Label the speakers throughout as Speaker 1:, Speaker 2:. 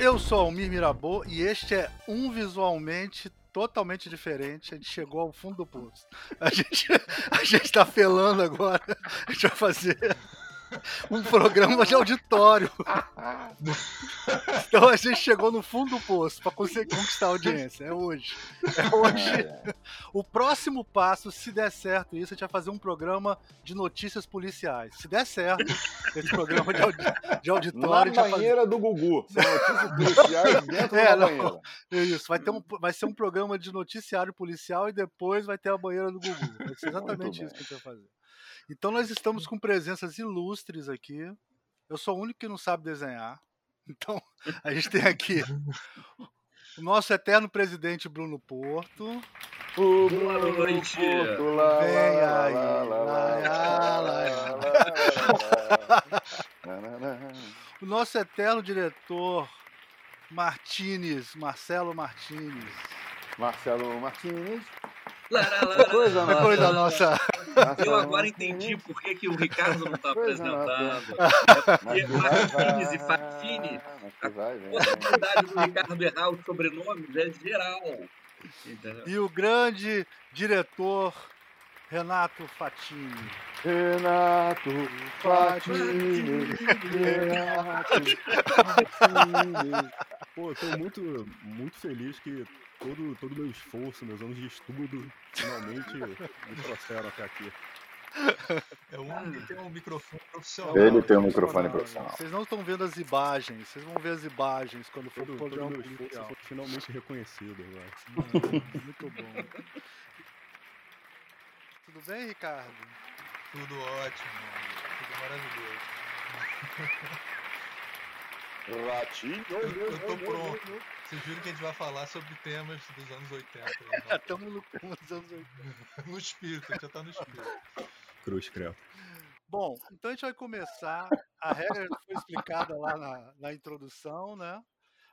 Speaker 1: Eu sou o Almir Mirabô e este é um visualmente totalmente diferente. A gente chegou ao fundo do poço. A gente, a gente tá felando agora. A gente vai fazer um programa de auditório. Então a gente chegou no fundo do poço para conseguir conquistar a audiência. É hoje. É hoje. O próximo passo, se der certo isso, a gente vai fazer um programa de notícias policiais. Se der certo, esse programa de, audi de auditório.
Speaker 2: Na banheira
Speaker 1: fazer...
Speaker 2: do Gugu. São notícias policiais dentro é, da não, banheira.
Speaker 1: Isso. Vai, ter um, vai ser um programa de noticiário policial e depois vai ter a banheira do Gugu. Vai ser exatamente isso que a gente vai fazer. Então nós estamos com presenças ilustres aqui. Eu sou o único que não sabe desenhar. Então a gente tem aqui o nosso eterno presidente Bruno Porto.
Speaker 3: O Boa Bruno noite.
Speaker 1: Porto, lá, Vem aí. Lá, lá, o nosso eterno diretor Martinez, Marcelo Martinez.
Speaker 2: Marcelo Martinez.
Speaker 3: Lará,
Speaker 1: coisa nossa. né? Coisa nossa.
Speaker 3: Eu agora entendi por que, que o Ricardo não está apresentado.
Speaker 1: né?
Speaker 3: É porque Martins e Fafini, a possibilidade do Ricardo errar os sobrenomes é geral. Entendeu?
Speaker 1: E o grande diretor Renato Fatini.
Speaker 2: Renato Fatini. Renato Fatini.
Speaker 4: Pô, estou muito, muito feliz que todo todo meu esforço, meus anos de estudo, finalmente me trouxeram até aqui.
Speaker 5: É um, ele tem um microfone
Speaker 1: Então,
Speaker 5: profissional.
Speaker 2: Ele tem um microfone profissional.
Speaker 1: Vocês não estão vendo as imagens, vocês vão ver as imagens quando for
Speaker 4: todo,
Speaker 1: o programa
Speaker 4: todo meu esforço foi finalmente reconhecido agora.
Speaker 1: Ah, muito bom. Tudo bem, Ricardo?
Speaker 5: Tudo ótimo, um tudo maravilhoso.
Speaker 2: Ratinho.
Speaker 5: Eu tô pronto. Vocês viram que a gente vai falar sobre temas dos anos 80.
Speaker 1: Já estamos É, no, nos anos 80.
Speaker 5: no espírito, já tá no espírito.
Speaker 4: Cruz credo.
Speaker 1: Bom, então a gente vai começar. A regra já foi explicada lá na, na introdução, né?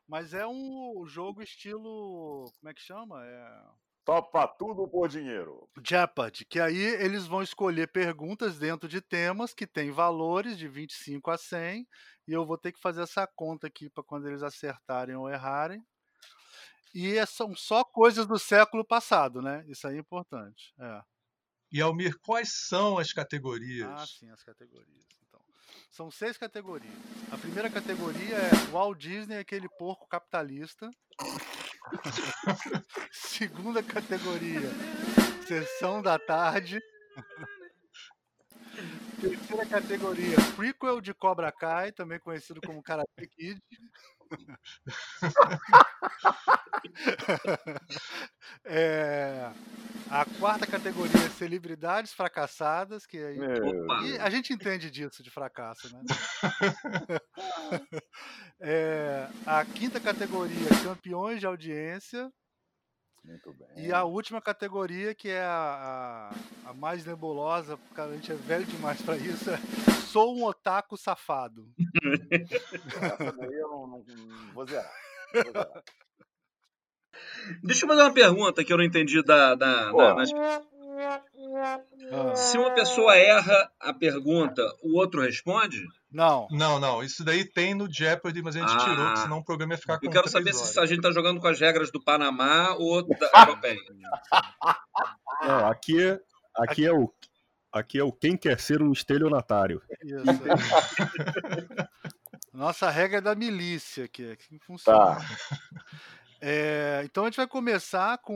Speaker 1: Mas é um jogo estilo. Como é que chama? É.
Speaker 2: Topa tudo por dinheiro.
Speaker 1: Jeopardy, que aí eles vão escolher perguntas dentro de temas que têm valores de 25 a 100, e eu vou ter que fazer essa conta aqui para quando eles acertarem ou errarem. E são só coisas do século passado, né? Isso aí é importante. É.
Speaker 5: E Almir, quais são as categorias?
Speaker 1: Ah, sim, as categorias. Então, são seis categorias. A primeira categoria é Walt Disney, aquele porco capitalista. Segunda categoria, sessão da tarde. Terceira categoria, prequel de Cobra Kai, também conhecido como Karate Kid. é, a quarta categoria é celebridades fracassadas, que aí, é... a gente entende disso de fracasso, né? é, a quinta categoria, campeões de audiência.
Speaker 2: É.
Speaker 1: E a última categoria, que é a, a, a mais nebulosa, porque a gente é velho demais para isso, é sou um otaku safado.
Speaker 2: Essa daí eu não, não, não vou, zerar, vou zerar.
Speaker 3: Deixa eu fazer uma pergunta que eu não entendi da. da, da nas... ah. Se uma pessoa erra a pergunta, o outro responde?
Speaker 1: Não.
Speaker 5: Não, não. Isso daí tem no Jeopardy, mas a gente ah. tirou, senão o programa ia ficar com
Speaker 3: Eu quero saber
Speaker 5: horas.
Speaker 3: se a gente tá jogando com as regras do Panamá ou da Europeia.
Speaker 4: Não, aqui, é, aqui é o Aqui é o quem quer ser um estelionatário.
Speaker 1: Isso. Nossa regra é da milícia aqui, é que funciona. Tá. É, então a gente vai começar com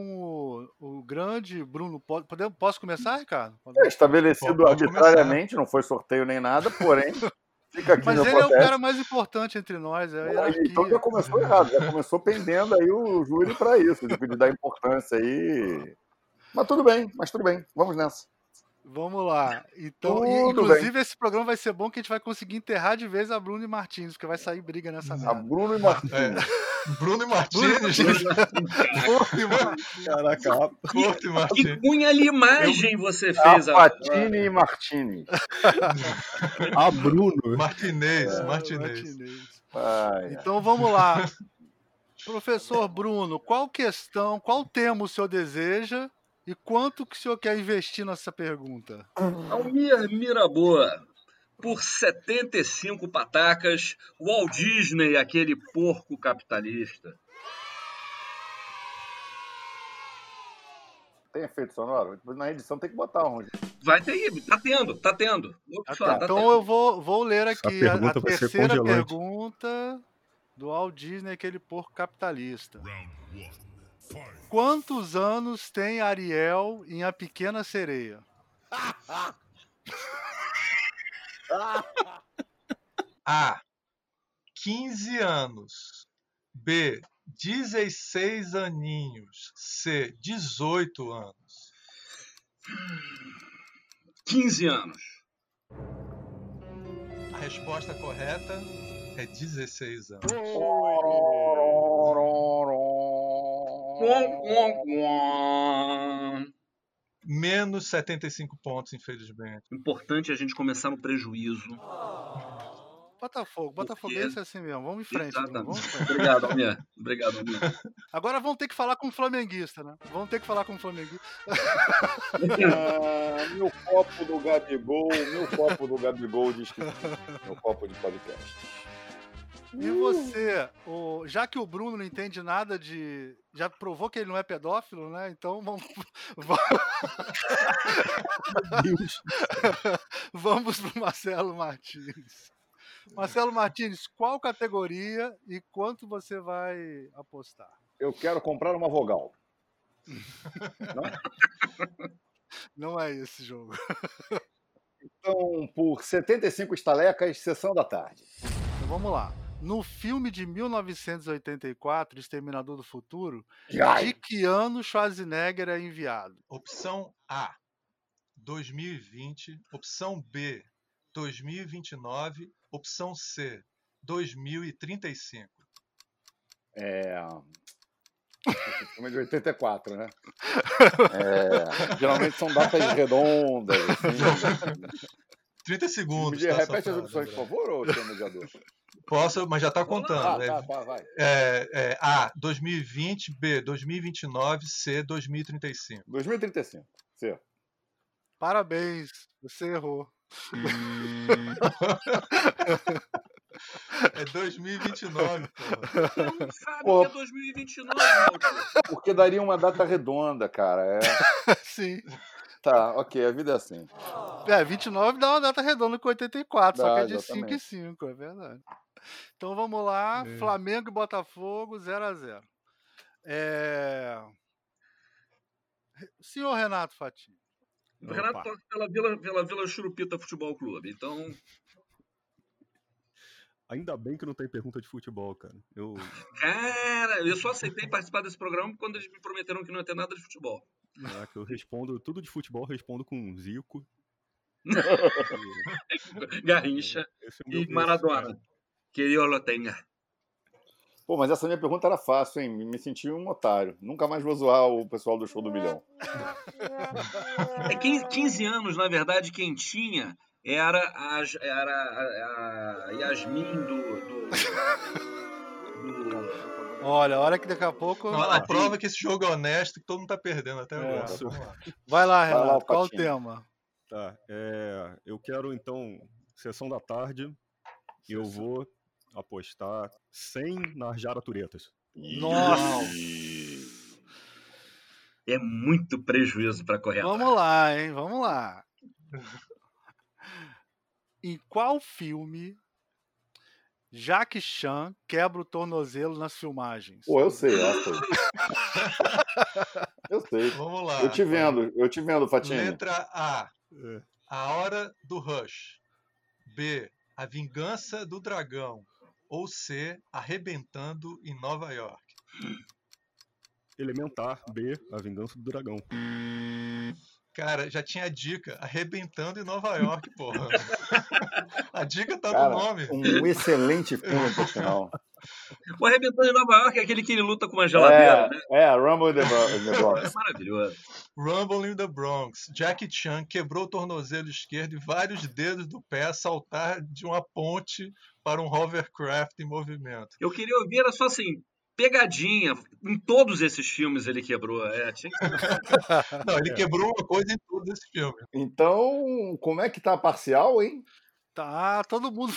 Speaker 1: o, o grande Bruno. Pode, posso começar, Ricardo? Pode...
Speaker 2: É estabelecido pode, pode arbitrariamente, começar. não foi sorteio nem nada, porém. Fica aqui
Speaker 1: Mas
Speaker 2: no
Speaker 1: ele
Speaker 2: protesto.
Speaker 1: é o cara mais importante entre nós. É
Speaker 2: então já começou errado, já começou pendendo aí o júri para isso, de dar importância aí. Mas tudo bem, mas tudo bem, vamos nessa.
Speaker 1: Vamos lá. Então, Tudo inclusive, bem. esse programa vai ser bom que a gente vai conseguir enterrar de vez a Bruno e Martins, porque vai sair briga nessa merda.
Speaker 2: A Bruno e Martins.
Speaker 5: É. Bruno e Martins. Porto e Martins.
Speaker 4: Caraca.
Speaker 5: Porto e Martins.
Speaker 3: Que cunha limagem Eu... você fez.
Speaker 2: A Patini e Martini.
Speaker 4: a Bruno.
Speaker 5: Martinez. É, Martinez. Martinez.
Speaker 1: Ah, é. Então, vamos lá. Professor Bruno, qual questão, qual tema o senhor deseja e quanto que o senhor quer investir nessa pergunta?
Speaker 3: Almir Miraboa, por 75 patacas Walt Disney, aquele porco capitalista.
Speaker 2: Tem efeito sonoro? Na edição tem que botar um. onde.
Speaker 3: Vai ter, tá tendo, tá tendo. Vou
Speaker 1: Ah,
Speaker 3: falar,
Speaker 1: tá.
Speaker 3: tá
Speaker 1: Então
Speaker 3: tendo.
Speaker 1: eu vou, vou ler
Speaker 4: Essa
Speaker 1: aqui a- a,
Speaker 4: pergunta vai ser
Speaker 1: terceira
Speaker 4: congelante.
Speaker 1: pergunta do Walt Disney, aquele porco capitalista. Quantos anos tem Ariel em A Pequena Sereia?
Speaker 5: A. 15 anos. B. 16 aninhos. C. 18 anos.
Speaker 3: 15 anos.
Speaker 5: A resposta correta é 16 anos.
Speaker 3: Quam, quam, quam.
Speaker 5: Menos 75 pontos, infelizmente.
Speaker 3: Importante a gente começar no prejuízo.
Speaker 1: Botafogo,
Speaker 3: Por
Speaker 1: Botafogo
Speaker 3: quê?
Speaker 1: é assim mesmo. Vamos em frente. Dudu, Vamos em
Speaker 3: Exatamente.
Speaker 1: frente.
Speaker 3: Obrigado, Almir. Obrigado, Almir.
Speaker 1: Agora vão ter que falar com o flamenguista, né? Vão ter que falar com o flamenguista.
Speaker 2: Ah, meu copo do Gabigol, meu copo do Gabigol diz que sim. Meu copo de podcast.
Speaker 1: E você, o- já que o Bruno não entende nada de. Já provou que ele não é pedófilo, né? Então vamos,
Speaker 4: Deus.
Speaker 1: vamos pro Marcelo Martins. Marcelo Martins, qual categoria e quanto você vai apostar?
Speaker 2: Eu quero comprar uma vogal.
Speaker 1: Não é esse jogo.
Speaker 2: Então, por 75 estalecas, sessão da tarde.
Speaker 1: Então vamos lá. No filme de 1984, Exterminador do Futuro, de
Speaker 2: Ai,
Speaker 1: que ano Schwarzenegger é enviado?
Speaker 5: Opção A, 2020. Opção B, 2029. Opção C, 2035.
Speaker 2: é... Esse filme é de 84, né? É, geralmente são datas redondas. Assim.
Speaker 5: 30
Speaker 2: Me
Speaker 5: segundos. tá, só
Speaker 2: repete
Speaker 5: pra
Speaker 2: as opções, por
Speaker 5: lembrar.
Speaker 2: favor, ou seu mediador?
Speaker 5: Posso, mas já tá contando.
Speaker 2: Ah,
Speaker 5: é
Speaker 2: tá, tá, vai.
Speaker 5: É, é, A, 2020, B, 2029, C, 2035.
Speaker 2: 2035. Você.
Speaker 1: Parabéns, você errou.
Speaker 5: É 2029, porra.
Speaker 3: Você não sabe
Speaker 2: Pô.
Speaker 3: que é 2029, Walter.
Speaker 2: Porque daria uma data redonda, cara. É...
Speaker 1: Sim.
Speaker 2: Tá, ok, a vida é assim.
Speaker 1: É, 29 dá uma data redonda com 84, só
Speaker 2: Dá,
Speaker 1: que é de 5 e
Speaker 2: exatamente.
Speaker 1: 5, é verdade. Então vamos lá,
Speaker 5: É.
Speaker 1: Flamengo e Botafogo 0 a 0. É... Senhor Renato Fatini.
Speaker 3: O Renato
Speaker 1: Opa.
Speaker 3: toca pela Vila, pela Vila Churupita Futebol Clube. Então,
Speaker 4: Ainda bem que não tem pergunta de futebol, cara. Eu,
Speaker 3: cara, eu só aceitei participar desse programa quando eles me prometeram que não ia ter nada de futebol.
Speaker 4: caraca, né, eu respondo tudo de futebol, eu respondo com Zico.
Speaker 3: Garrincha
Speaker 4: Esse é o meu
Speaker 3: e
Speaker 4: vício, cara.
Speaker 3: Maradona. Que eu lo tenha.
Speaker 2: Pô, mas essa minha pergunta era fácil, hein? Me senti um otário. Nunca mais vou zoar o pessoal do show do milhão.
Speaker 3: É 15, 15 anos, na verdade, quem tinha era a, J- era a, a Yasmin do. do, do-
Speaker 1: Olha, olha que daqui a pouco.
Speaker 5: Então, Olha lá, prova que esse jogo é honesto, que todo mundo tá perdendo até agora.
Speaker 4: Nossa.
Speaker 5: Vamos lá.
Speaker 1: Vai lá,
Speaker 2: Vai lá,
Speaker 1: Renato, qual o
Speaker 2: Fatini.
Speaker 1: tema?
Speaker 4: Tá, é, eu quero então, sessão da tarde, eu vou apostar 100 na Arjara Turetas.
Speaker 1: Nossa!
Speaker 3: É muito prejuízo para correr.
Speaker 1: Vamos lá, hein? Vamos lá. em qual filme Jack Chan quebra o tornozelo nas filmagens?
Speaker 2: Pô, eu sei, essa. Eu sei.
Speaker 5: Vamos lá.
Speaker 2: Eu te vendo, eu te vendo, Fatinho.
Speaker 5: Letra A,
Speaker 4: É.
Speaker 5: a hora do Rush. B, a vingança do dragão. Ou C, arrebentando em Nova York.
Speaker 4: Elementar B, A Vingança do Dragão.
Speaker 5: Cara, já tinha a dica, arrebentando em Nova York, porra. a dica tá
Speaker 2: Cara,
Speaker 5: no nome.
Speaker 2: Um excelente filme por sinal.
Speaker 3: O Arrebentando em Nova York é aquele que ele luta com uma geladeira, né?
Speaker 2: É, é Rumble in the Bro- in the
Speaker 3: É
Speaker 2: Bronx.
Speaker 3: maravilhoso.
Speaker 5: Rumble in the Bronx. Jackie Chan quebrou o tornozelo esquerdo e vários dedos do pé a saltar de uma ponte para um hovercraft em movimento.
Speaker 3: Eu queria ouvir, era só assim, pegadinha. Em todos esses filmes ele quebrou. É, tinha que ser
Speaker 5: Não, ele quebrou uma coisa em todo esse filme.
Speaker 2: Então, como é que tá a parcial, hein?
Speaker 1: Tá, todo mundo.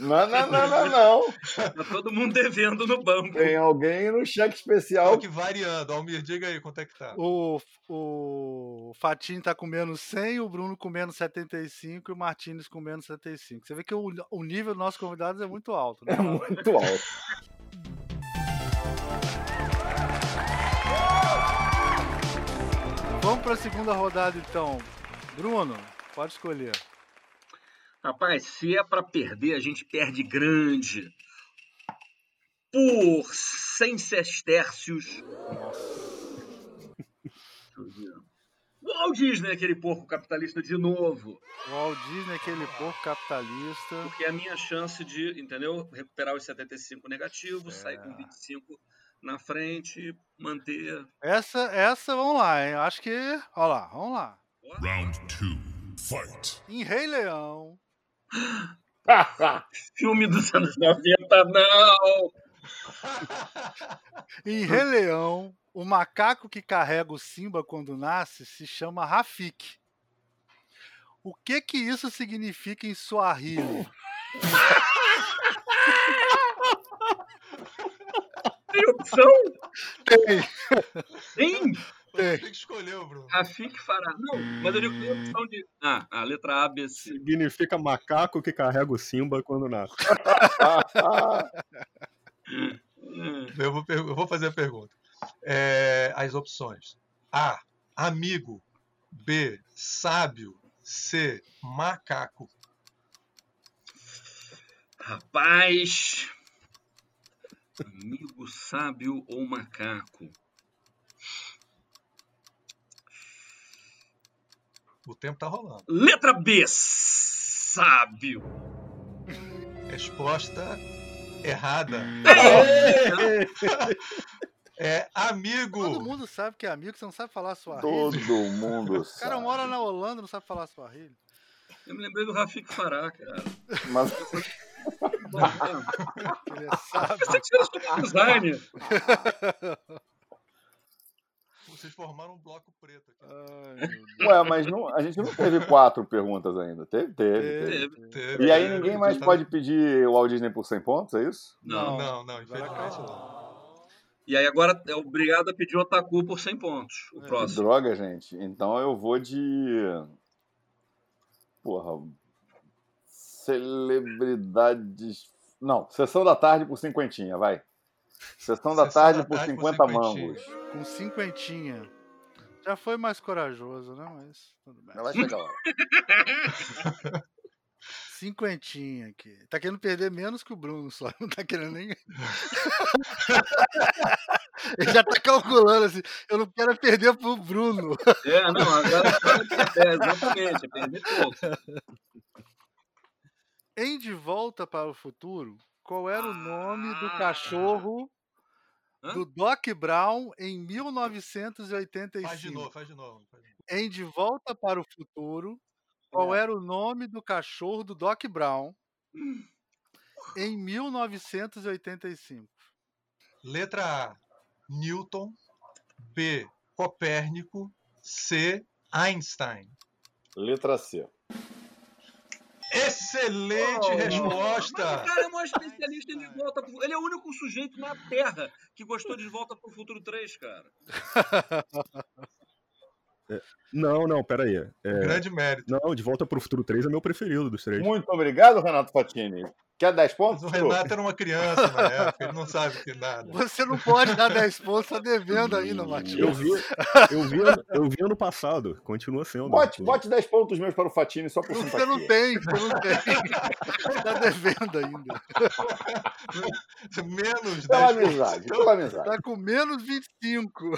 Speaker 2: Não, não, não, não, não.
Speaker 3: Tá todo mundo devendo no banco.
Speaker 2: Tem alguém no cheque especial.
Speaker 5: que variando. Almir, diga aí quanto é que tá.
Speaker 1: O, o Fatinho tá comendo 100, o Bruno comendo 75 e o Martins comendo 75. Você vê que o, o nível dos nossos convidados é muito alto. Né?
Speaker 2: É muito alto.
Speaker 1: Vamos para a segunda rodada então. Bruno, pode escolher.
Speaker 3: Rapaz, se é para perder, a gente perde grande. Por 100 sestércios. Walt Disney, é aquele porco capitalista de novo.
Speaker 1: O Walt Disney é aquele porco capitalista.
Speaker 3: Porque é a minha chance de, entendeu? Recuperar os 75 negativos, sair com 25 na frente, manter.
Speaker 1: Essa, essa, vamos lá, hein? Acho que. Olha lá, vamos lá.
Speaker 6: Round 2. Fight.
Speaker 1: Em Rei Leão.
Speaker 3: Filme dos anos 90, não!
Speaker 1: Em
Speaker 2: Hum.
Speaker 1: Rei Leão, o macaco que carrega o Simba quando nasce se chama Rafik. O que que isso significa em Swahili?
Speaker 3: Tem opção?
Speaker 1: Tem,
Speaker 3: Tem?
Speaker 5: Você tem que escolher, Bruno.
Speaker 3: Rafik Fará. Não, mas eu digo que tem opção de. Ah, a letra A, B, C.
Speaker 4: Significa macaco que carrega o Simba quando nasce.
Speaker 3: Hum.
Speaker 5: Eu vou, per- eu vou fazer a pergunta. É, as opções: A. Amigo. B. Sábio. C. Macaco.
Speaker 3: Rapaz. Amigo sábio ou macaco?
Speaker 5: O tempo tá rolando.
Speaker 3: Letra B. Sábio.
Speaker 5: Resposta errada.
Speaker 2: Hum.
Speaker 5: Tá É
Speaker 1: Todo
Speaker 5: amigo.
Speaker 1: mundo sabe que é amigo, você não sabe falar Swahili.
Speaker 2: Todo mundo
Speaker 1: O cara
Speaker 2: sabe.
Speaker 1: mora na Holanda, não sabe falar Swahili.
Speaker 3: Eu me lembrei do Rafik Fará, cara.
Speaker 2: Mas
Speaker 1: Ele é sábio.
Speaker 3: Pensei que você era super designer.
Speaker 5: Vocês formaram um bloco preto aqui.
Speaker 1: Ai, meu Deus.
Speaker 2: Ué, mas não, a gente não teve quatro perguntas ainda. Teve, teve, teve.
Speaker 1: Teve.
Speaker 2: E aí ninguém mais pode pedir o Walt Disney por 100 pontos, é isso?
Speaker 3: Não.
Speaker 5: Não, não, infelizmente não.
Speaker 3: E aí agora é obrigado a pedir o Otaku por 100 pontos. O próximo.
Speaker 2: Droga, gente. Então eu vou de. Porra. Celebridades. Não, sessão da tarde por cinquentinha, vai. Sessão da
Speaker 5: Sessão
Speaker 2: tarde
Speaker 5: da
Speaker 2: por
Speaker 5: tarde por
Speaker 2: 50
Speaker 5: cinquentinha.
Speaker 2: mangos.
Speaker 1: Com cinquentinha. Já foi mais corajoso, né? Mas tudo bem.
Speaker 2: Não vai chegar lá.
Speaker 1: Cinquentinha aqui. Tá querendo perder menos que o Bruno, só não tá querendo nem. Ele já tá calculando assim. Eu não quero perder pro Bruno.
Speaker 3: É, não, agora é, exatamente, é perder pouco.
Speaker 1: Em De Volta para o Futuro, qual era o nome do
Speaker 3: Ah.
Speaker 1: cachorro
Speaker 3: Hã?
Speaker 1: do Doc Brown em
Speaker 5: Faz de
Speaker 1: 1985?
Speaker 5: novo, faz de novo. faz de novo.
Speaker 1: Em De Volta para o Futuro, qual
Speaker 3: É.
Speaker 1: era o nome do cachorro do Doc Brown
Speaker 3: Hum.
Speaker 1: em 1985?
Speaker 5: Letra A: Newton. B: Copérnico. C: Einstein.
Speaker 2: Letra C.
Speaker 5: Excelente
Speaker 3: Oh. Mas
Speaker 5: resposta!
Speaker 3: o cara é o maior especialista em De Volta pro Ele é o único sujeito na Terra que gostou de De Volta pro Futuro 3, cara.
Speaker 4: Não, não, pera aí. É,
Speaker 5: Grande mérito.
Speaker 4: não, De Volta pro Futuro 3 é meu preferido dos três.
Speaker 2: Muito obrigado, Renato Fatini. Quer 10
Speaker 5: Mas
Speaker 2: pontos?
Speaker 5: o Renato era uma criança na época, ele não sabe que nada.
Speaker 1: Você não pode dar 10 pontos, tá devendo ainda,
Speaker 4: Eu
Speaker 1: Matias.
Speaker 4: vi, eu, vi, eu vi ano passado, continua sendo.
Speaker 2: Bote, bote 10 pontos meus para o Fatini só por
Speaker 1: Você
Speaker 2: simpatia.
Speaker 1: não tem, você não tem. Tá devendo ainda.
Speaker 5: Menos
Speaker 2: Pela
Speaker 5: 10
Speaker 2: amizade, pela amizade.
Speaker 1: Tá com menos 25.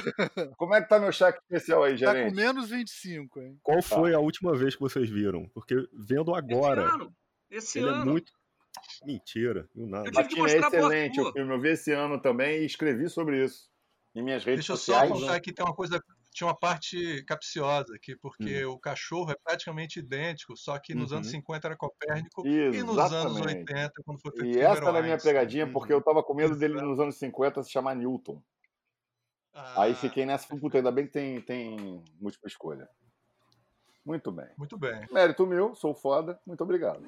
Speaker 2: Como é que tá meu cheque especial aí,
Speaker 1: Tá com
Speaker 2: gerente?
Speaker 1: menos 25, hein?
Speaker 4: Qual foi a última vez que vocês viram? Porque vendo
Speaker 3: Esse
Speaker 4: agora,
Speaker 3: ano. Esse
Speaker 4: ele é
Speaker 3: ano.
Speaker 4: muito. Mentira, não nada.
Speaker 3: Eu tive que
Speaker 2: Fatini é
Speaker 3: mostrar pro
Speaker 2: excelente o
Speaker 3: Arthur.
Speaker 2: filme. Eu vi esse ano também e escrevi sobre isso em minhas redes
Speaker 5: Deixa eu só
Speaker 2: sociais. né?
Speaker 5: contar aqui, tem uma coisa, tinha uma parte capciosa aqui, porque
Speaker 2: Hum.
Speaker 5: o cachorro é praticamente idêntico, só que nos anos
Speaker 4: Uhum.
Speaker 5: 50 era Copérnico e nos anos
Speaker 2: Exatamente.
Speaker 5: 80, quando foi feito
Speaker 2: E
Speaker 5: o
Speaker 2: essa
Speaker 5: primeiro
Speaker 2: era a minha
Speaker 5: Einstein.
Speaker 2: pegadinha, porque eu tava com medo dele
Speaker 5: Exato.
Speaker 2: nos anos 50 se chamar Newton.
Speaker 5: Ah,
Speaker 2: Aí fiquei nessa, falei, puta, ainda bem que tem, tem múltipla escolha. Muito bem.
Speaker 5: Muito bem.
Speaker 2: Mérito meu, sou foda, muito obrigado.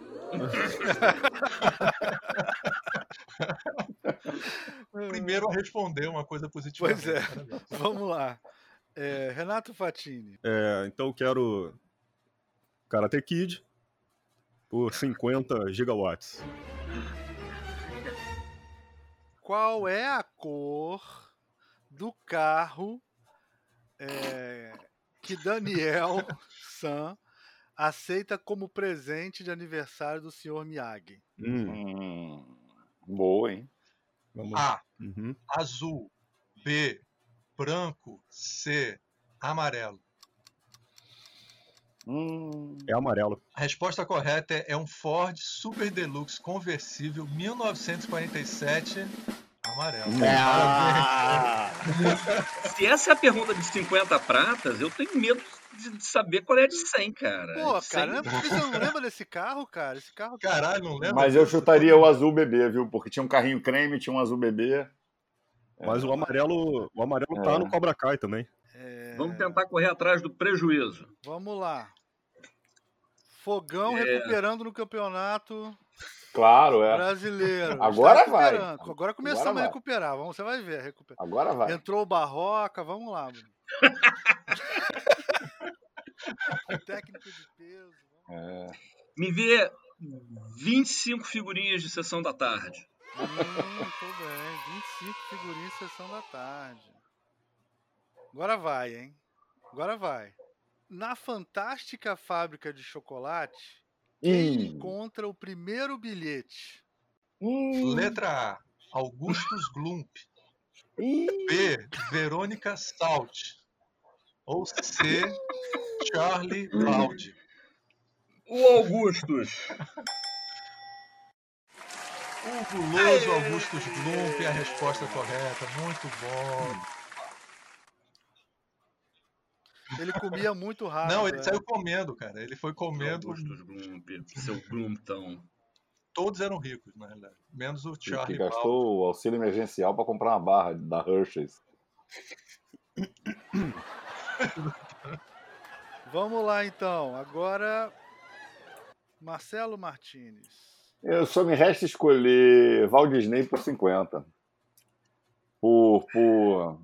Speaker 5: Primeiro a responder uma coisa positiva.
Speaker 1: Pois é. Vamos lá. É, Renato Fatini.
Speaker 4: É, então eu quero Karate Kid por 50 gigawatts.
Speaker 1: Qual é a cor do carro é, que Daniel San aceita como presente de aniversário do senhor Miyagi?
Speaker 2: Hum, boa, hein?
Speaker 4: Vamos lá.
Speaker 5: A.
Speaker 4: Uhum.
Speaker 5: Azul. B. Branco. C. Amarelo.
Speaker 2: Hum,
Speaker 4: É amarelo.
Speaker 5: A resposta correta é, é um Ford Super Deluxe conversível 1947
Speaker 2: É.
Speaker 5: amarelo.
Speaker 2: Ah.
Speaker 3: Se essa é a pergunta de 50 pratas, eu tenho medo de de saber qual é a de 100, cara.
Speaker 1: Pô,
Speaker 3: De 100
Speaker 1: cara, não é porque você não lembra desse carro, cara? Esse carro.
Speaker 5: Caralho, não lembro.
Speaker 2: Mas eu chutaria o azul bebê, viu? Porque tinha um carrinho creme, tinha um azul bebê.
Speaker 4: Mas o amarelo, o amarelo tá
Speaker 2: É.
Speaker 4: no Cobra Kai também.
Speaker 1: É,
Speaker 3: Vamos tentar correr atrás do prejuízo.
Speaker 1: Vamos lá. Fogão
Speaker 3: É.
Speaker 1: recuperando no campeonato
Speaker 2: Claro, é.
Speaker 1: brasileiro.
Speaker 2: Agora
Speaker 1: Está
Speaker 2: vai.
Speaker 1: recuperando. Agora começamos
Speaker 2: vai.
Speaker 1: a recuperar. Vamos, você vai ver. Recupera.
Speaker 2: Agora vai.
Speaker 1: Entrou o Barroca, vamos lá. mano. Técnico de peso.
Speaker 2: É.
Speaker 3: Me vê 25 figurinhas de sessão da tarde.
Speaker 1: Hum, tudo bem. 25 figurinhas sessão da tarde. Agora vai, hein? Agora vai. Na fantástica fábrica de chocolate, quem
Speaker 2: Ih.
Speaker 1: encontra o primeiro bilhete?
Speaker 2: Hum,
Speaker 5: Letra A. Augustus Glump.
Speaker 2: ih,
Speaker 5: B. Verônica Salt. Ou C. Charlie Baldi.
Speaker 3: O Augustus.
Speaker 5: O guloso Augustus Glump é a resposta correta. Muito bom.
Speaker 1: Ele comia muito rápido.
Speaker 5: Não, ele
Speaker 1: né?
Speaker 5: saiu comendo, cara. Ele foi comendo.
Speaker 3: Augustus Glump, seu Glumptão.
Speaker 5: Todos eram ricos, na realidade. Menos o
Speaker 2: que- Que
Speaker 5: Charlie Baldi.
Speaker 2: gastou o auxílio emergencial para comprar uma barra da Hershey's.
Speaker 1: Vamos lá então. Agora, Marcelo Martinez.
Speaker 2: Eu só me resta escolher Walt Disney por 50. Por. por...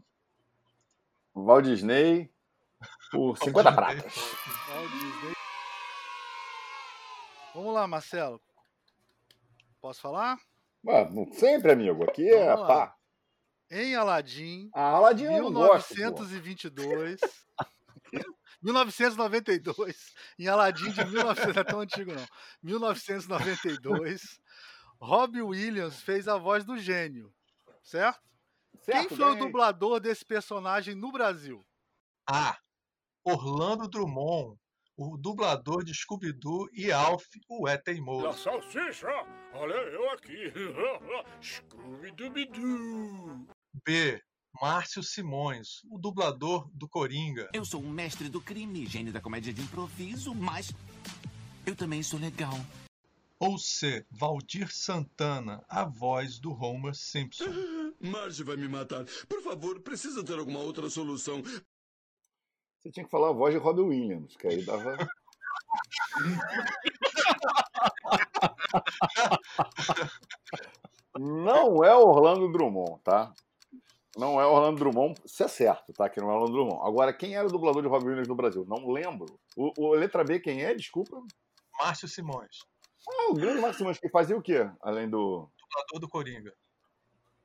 Speaker 2: Walt Disney por 50 pratas.
Speaker 1: Walt Disney. Vamos lá, Marcelo. Posso falar?
Speaker 2: Mano, sempre, amigo. Aqui é
Speaker 1: Vamos lá.
Speaker 2: pá.
Speaker 1: Em Aladdin,
Speaker 2: A Aladdin eu não gosto. pô.
Speaker 1: 1922. 1992. Em Aladdin de 1900, não é tão antigo não. 1992. Robbie Williams fez a voz do gênio, certo?
Speaker 2: Certo,
Speaker 1: Quem foi
Speaker 2: bem.
Speaker 1: o dublador desse personagem no Brasil?
Speaker 5: A. Ah, Orlando Drummond, o dublador de Scooby-Doo e Alf, o É Teimoso.
Speaker 6: salsicha! Olha eu aqui! Scooby-Dooby-Doo!
Speaker 5: B. Márcio Simões, o dublador do Coringa.
Speaker 7: Eu sou um mestre do crime, gênio da comédia de improviso, mas eu também sou legal.
Speaker 5: Ou C. Valdir Santana, a voz do Homer Simpson.
Speaker 8: Marge vai me matar. Por favor, precisa ter alguma outra solução.
Speaker 2: Você tinha que falar a voz de Robin Williams, que aí dava. não é Orlando Drummond, tá? Não é Orlando Drummond, isso é certo, tá? Que não é Orlando Drummond. Agora, quem era o dublador de Robin Williams no Brasil? Não lembro. O, o letra B, quem é? Desculpa.
Speaker 5: Márcio Simões,
Speaker 2: Ah, o grande Máximo, que fazia o quê? Além do.
Speaker 5: dublador do Coringa.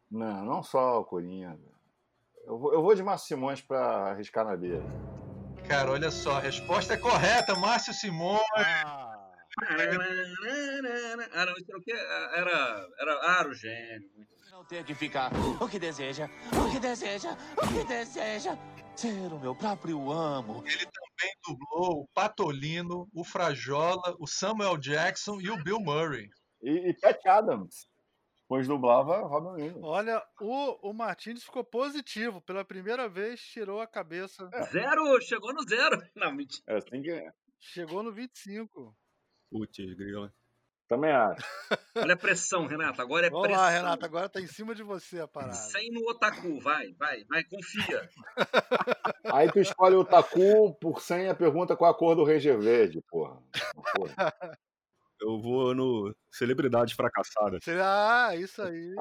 Speaker 2: Não, não só o Corinha. Eu vou, eu vou de Márcio Simões pra arriscar na B.
Speaker 5: Cara, olha só, a resposta é correta, Márcio Simões.
Speaker 3: Ah, não, isso era o quê? Ah, Era, era Aro Gênio.
Speaker 7: Não tenho que ficar. O que deseja? O que deseja? O que deseja? Ser o meu próprio amo.
Speaker 5: Também dublou o Patolino, o Frajola, o Samuel Jackson e o Bill Murray.
Speaker 2: E, e Pat Adams, pois dublava Robin Williams.
Speaker 1: Olha, o, o Martins ficou positivo. Pela primeira vez, tirou a cabeça.
Speaker 3: Zero, chegou no zero. Não, mentira.
Speaker 2: É assim que é.
Speaker 1: Chegou no 25.
Speaker 4: Putz, grila.
Speaker 2: Também acho.
Speaker 3: Olha a pressão, Renato. Agora é
Speaker 1: Vamos
Speaker 3: pressão.
Speaker 1: lá, Renato, agora tá em cima de você a parada.
Speaker 3: Sem no otaku, vai, vai, vai, confia.
Speaker 2: Aí tu escolhe o Taku por 100 a pergunta qual a cor do Ranger Verde, porra. Porra.
Speaker 4: Eu vou no Celebridade Fracassada.
Speaker 1: Será? Ah, isso aí.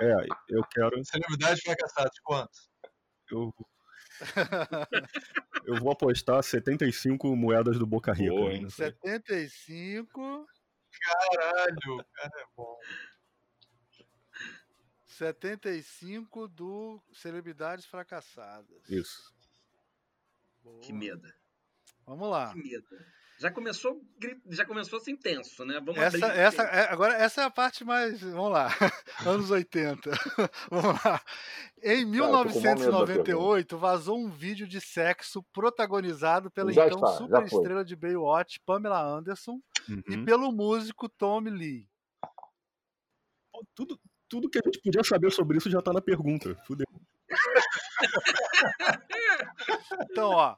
Speaker 4: É, eu quero.
Speaker 5: Celebridade fracassada, quanto?
Speaker 4: Eu, eu vou apostar 75 moedas do Boca Rica.
Speaker 2: Boa, hein?
Speaker 4: Não sei.
Speaker 1: 75,
Speaker 5: Caralho, cara é bom.
Speaker 1: 75 do Celebridades Fracassadas.
Speaker 4: Isso.
Speaker 1: Boa.
Speaker 3: Que medo,
Speaker 1: Vamos lá.
Speaker 3: que medo. Já começou, gri- já começou assim tenso, né? Vamos
Speaker 1: Essa,
Speaker 3: abrir.
Speaker 1: essa, é- agora, essa é a parte mais. Vamos lá. Anos 80. Vamos lá. Em
Speaker 2: Tá, tô com maior medo da
Speaker 1: 1998, vazou um vídeo de sexo protagonizado pela
Speaker 2: Já
Speaker 1: então
Speaker 2: está, já
Speaker 1: super
Speaker 2: foi. Hum.
Speaker 1: estrela de Baywatch, Pamela Anderson, e
Speaker 4: Uhum.
Speaker 1: pelo músico Tom Lee.
Speaker 4: Pô, Tudo, tudo que a gente podia saber sobre isso já tá na pergunta. Fudeu.
Speaker 1: Então, ó.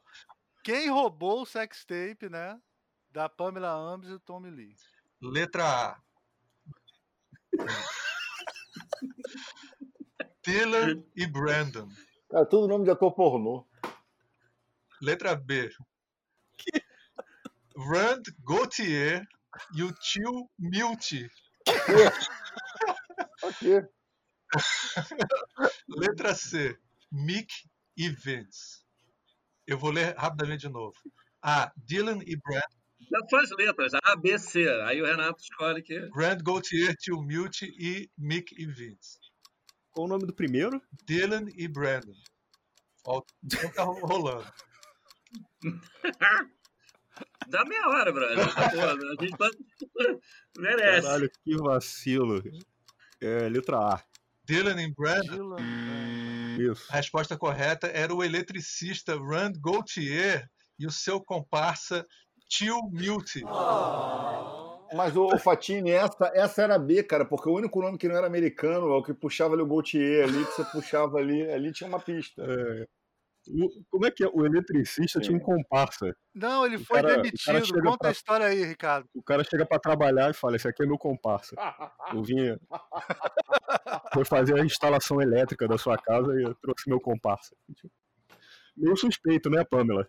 Speaker 1: Quem roubou o sex tape, né? Da Pamela Anderson e Tom Lee.
Speaker 5: Letra A. Dylan e Brandon.
Speaker 2: Cara, tudo nome de ator pornô.
Speaker 5: Letra B. Rand Gauthier e o tio Milty.
Speaker 2: Ok.
Speaker 5: Letra C. Mick e Vince. Eu vou ler rapidamente de novo. A. Dylan e Brand,
Speaker 3: Já são as letras, A, B, C. Aí o Renato escolhe que.
Speaker 5: Rand Gauthier, tio Milty e Mick e Vince.
Speaker 4: Qual o nome do primeiro?
Speaker 5: Dylan e Brandon. Ó, o tempo tá rolando.
Speaker 3: Dá meia hora, brother. Pô, a gente tá...
Speaker 2: É.
Speaker 3: merece.
Speaker 4: Caralho, que vacilo. É, letra A.
Speaker 5: Dylan e
Speaker 4: É.
Speaker 5: Brandon.
Speaker 1: Dylan. é.
Speaker 4: Isso.
Speaker 2: É.
Speaker 5: A resposta correta era o eletricista Rand Gauthier e o seu comparsa Tio Milty.
Speaker 2: Mas, ô, ô Fatini, essa, essa era B, cara, porque o único nome que não era americano é o que puxava ali o Gaultier ali, que você puxava ali, ali tinha uma pista.
Speaker 4: É. O- como é que é? O eletricista
Speaker 2: Sim.
Speaker 4: tinha um comparsa.
Speaker 1: Não, ele
Speaker 4: O
Speaker 1: foi
Speaker 4: cara- o cara
Speaker 1: demitido.
Speaker 4: chega
Speaker 1: Conta
Speaker 4: pra-
Speaker 1: a história aí, Ricardo.
Speaker 4: O cara chega pra trabalhar e fala: Esse aqui é meu comparsa. Eu vim. Foi fazer a instalação elétrica da sua casa e eu trouxe meu comparsa. Meio suspeito, né, Pamela?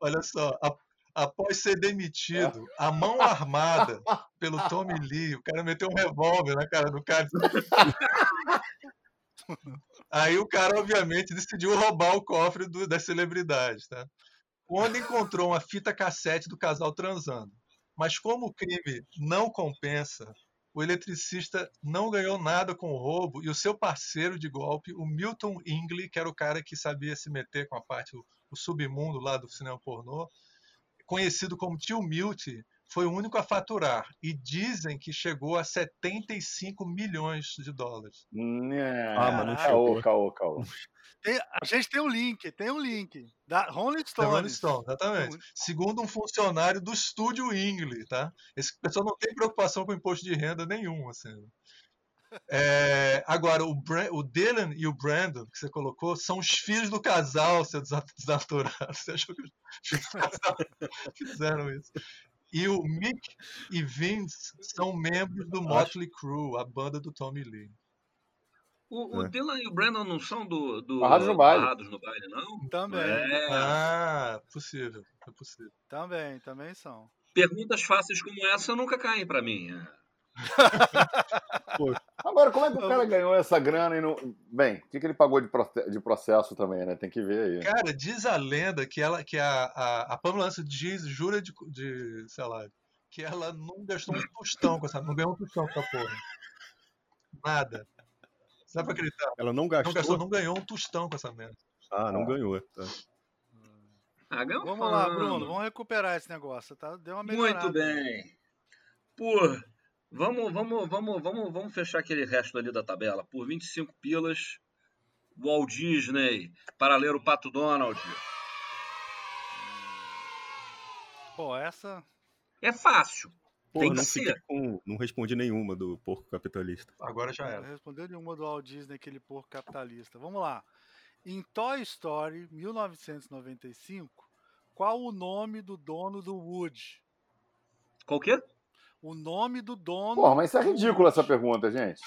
Speaker 5: Olha só, a- após ser demitido, a mão armada pelo Tommy Lee, o cara meteu um revólver na cara do cara. Aí o cara, obviamente, decidiu roubar o cofre do- das celebridades, tá? Quando encontrou uma fita cassete do casal transando. Mas como o crime não compensa, o eletricista não ganhou nada com o roubo e o seu parceiro de golpe, o Milton Ingle, que era o cara que sabia se meter com a parte o submundo lá do cinema pornô, conhecido como Tio Milty, foi o único a faturar. E dizem que chegou a 75 milhões de dólares.
Speaker 2: Né.
Speaker 4: Ah, mas não
Speaker 2: caô,
Speaker 4: chegou.
Speaker 2: caô, caô.
Speaker 1: Tem-
Speaker 4: Ah.
Speaker 1: a gente tem um link, tem um link. Da Rolling
Speaker 5: Da Rolling
Speaker 1: Stones.
Speaker 5: Stone, exatamente. Segundo um funcionário do estúdio Ingle, tá? Esse pessoal não tem preocupação com imposto de renda nenhum, assim. É, agora, o, Bran- o Dylan e o Brandon, que você colocou, são os filhos do casal, seu desa- desaturado. Você achou que os filhos do casal fizeram isso? E o Mick e Vince são membros do Motley Crue, a banda do Tommy Lee.
Speaker 3: O, o
Speaker 4: É.
Speaker 3: Dylan e o Brandon não são do, do
Speaker 2: Barrados no Baile.
Speaker 3: Barrados no Baile, não?
Speaker 1: Também,
Speaker 3: É.
Speaker 5: Ah, possível, é possível.
Speaker 1: também, também são.
Speaker 3: Perguntas fáceis como essa nunca caem pra mim. É.
Speaker 2: Agora, como é que o cara ganhou essa grana e não. Bem, o que, que ele pagou de, proce- de processo também, né? Tem que ver aí.
Speaker 5: Cara, diz a lenda que ela, que a, a, a Pamela Anderson diz, jura de, de, sei lá, que ela não gastou um tostão com essa, não ganhou um tostão com essa porra. Nada. Você dá pra acreditar?
Speaker 4: Ela não
Speaker 5: Não
Speaker 4: gastou.
Speaker 5: gastou, não ganhou um tostão com essa merda.
Speaker 4: Ah, não ganhou. Tá.
Speaker 3: Ah, ganhou
Speaker 1: Vamos lá,
Speaker 3: falando.
Speaker 1: Bruno, vamos recuperar esse negócio, tá? Deu uma melhorada.
Speaker 3: Muito bem. Por. Vamos, vamos, vamos, vamos, vamos fechar aquele resto ali da tabela. Por 25 pilas, Walt Disney, para ler o Pato Donald.
Speaker 1: Pô, essa.
Speaker 3: É fácil.
Speaker 4: Porra,
Speaker 3: Tem que
Speaker 4: não,
Speaker 3: ser.
Speaker 4: fiquei com- não respondi nenhuma do porco capitalista.
Speaker 5: Agora já
Speaker 1: Não
Speaker 5: era.
Speaker 1: respondeu nenhuma do Walt Disney, aquele porco capitalista. Vamos lá. Em Toy Story 1995, qual o nome do dono do Wood?
Speaker 3: Qual que é?
Speaker 1: O nome do dono.
Speaker 2: Porra, mas isso é ridículo essa pergunta, gente.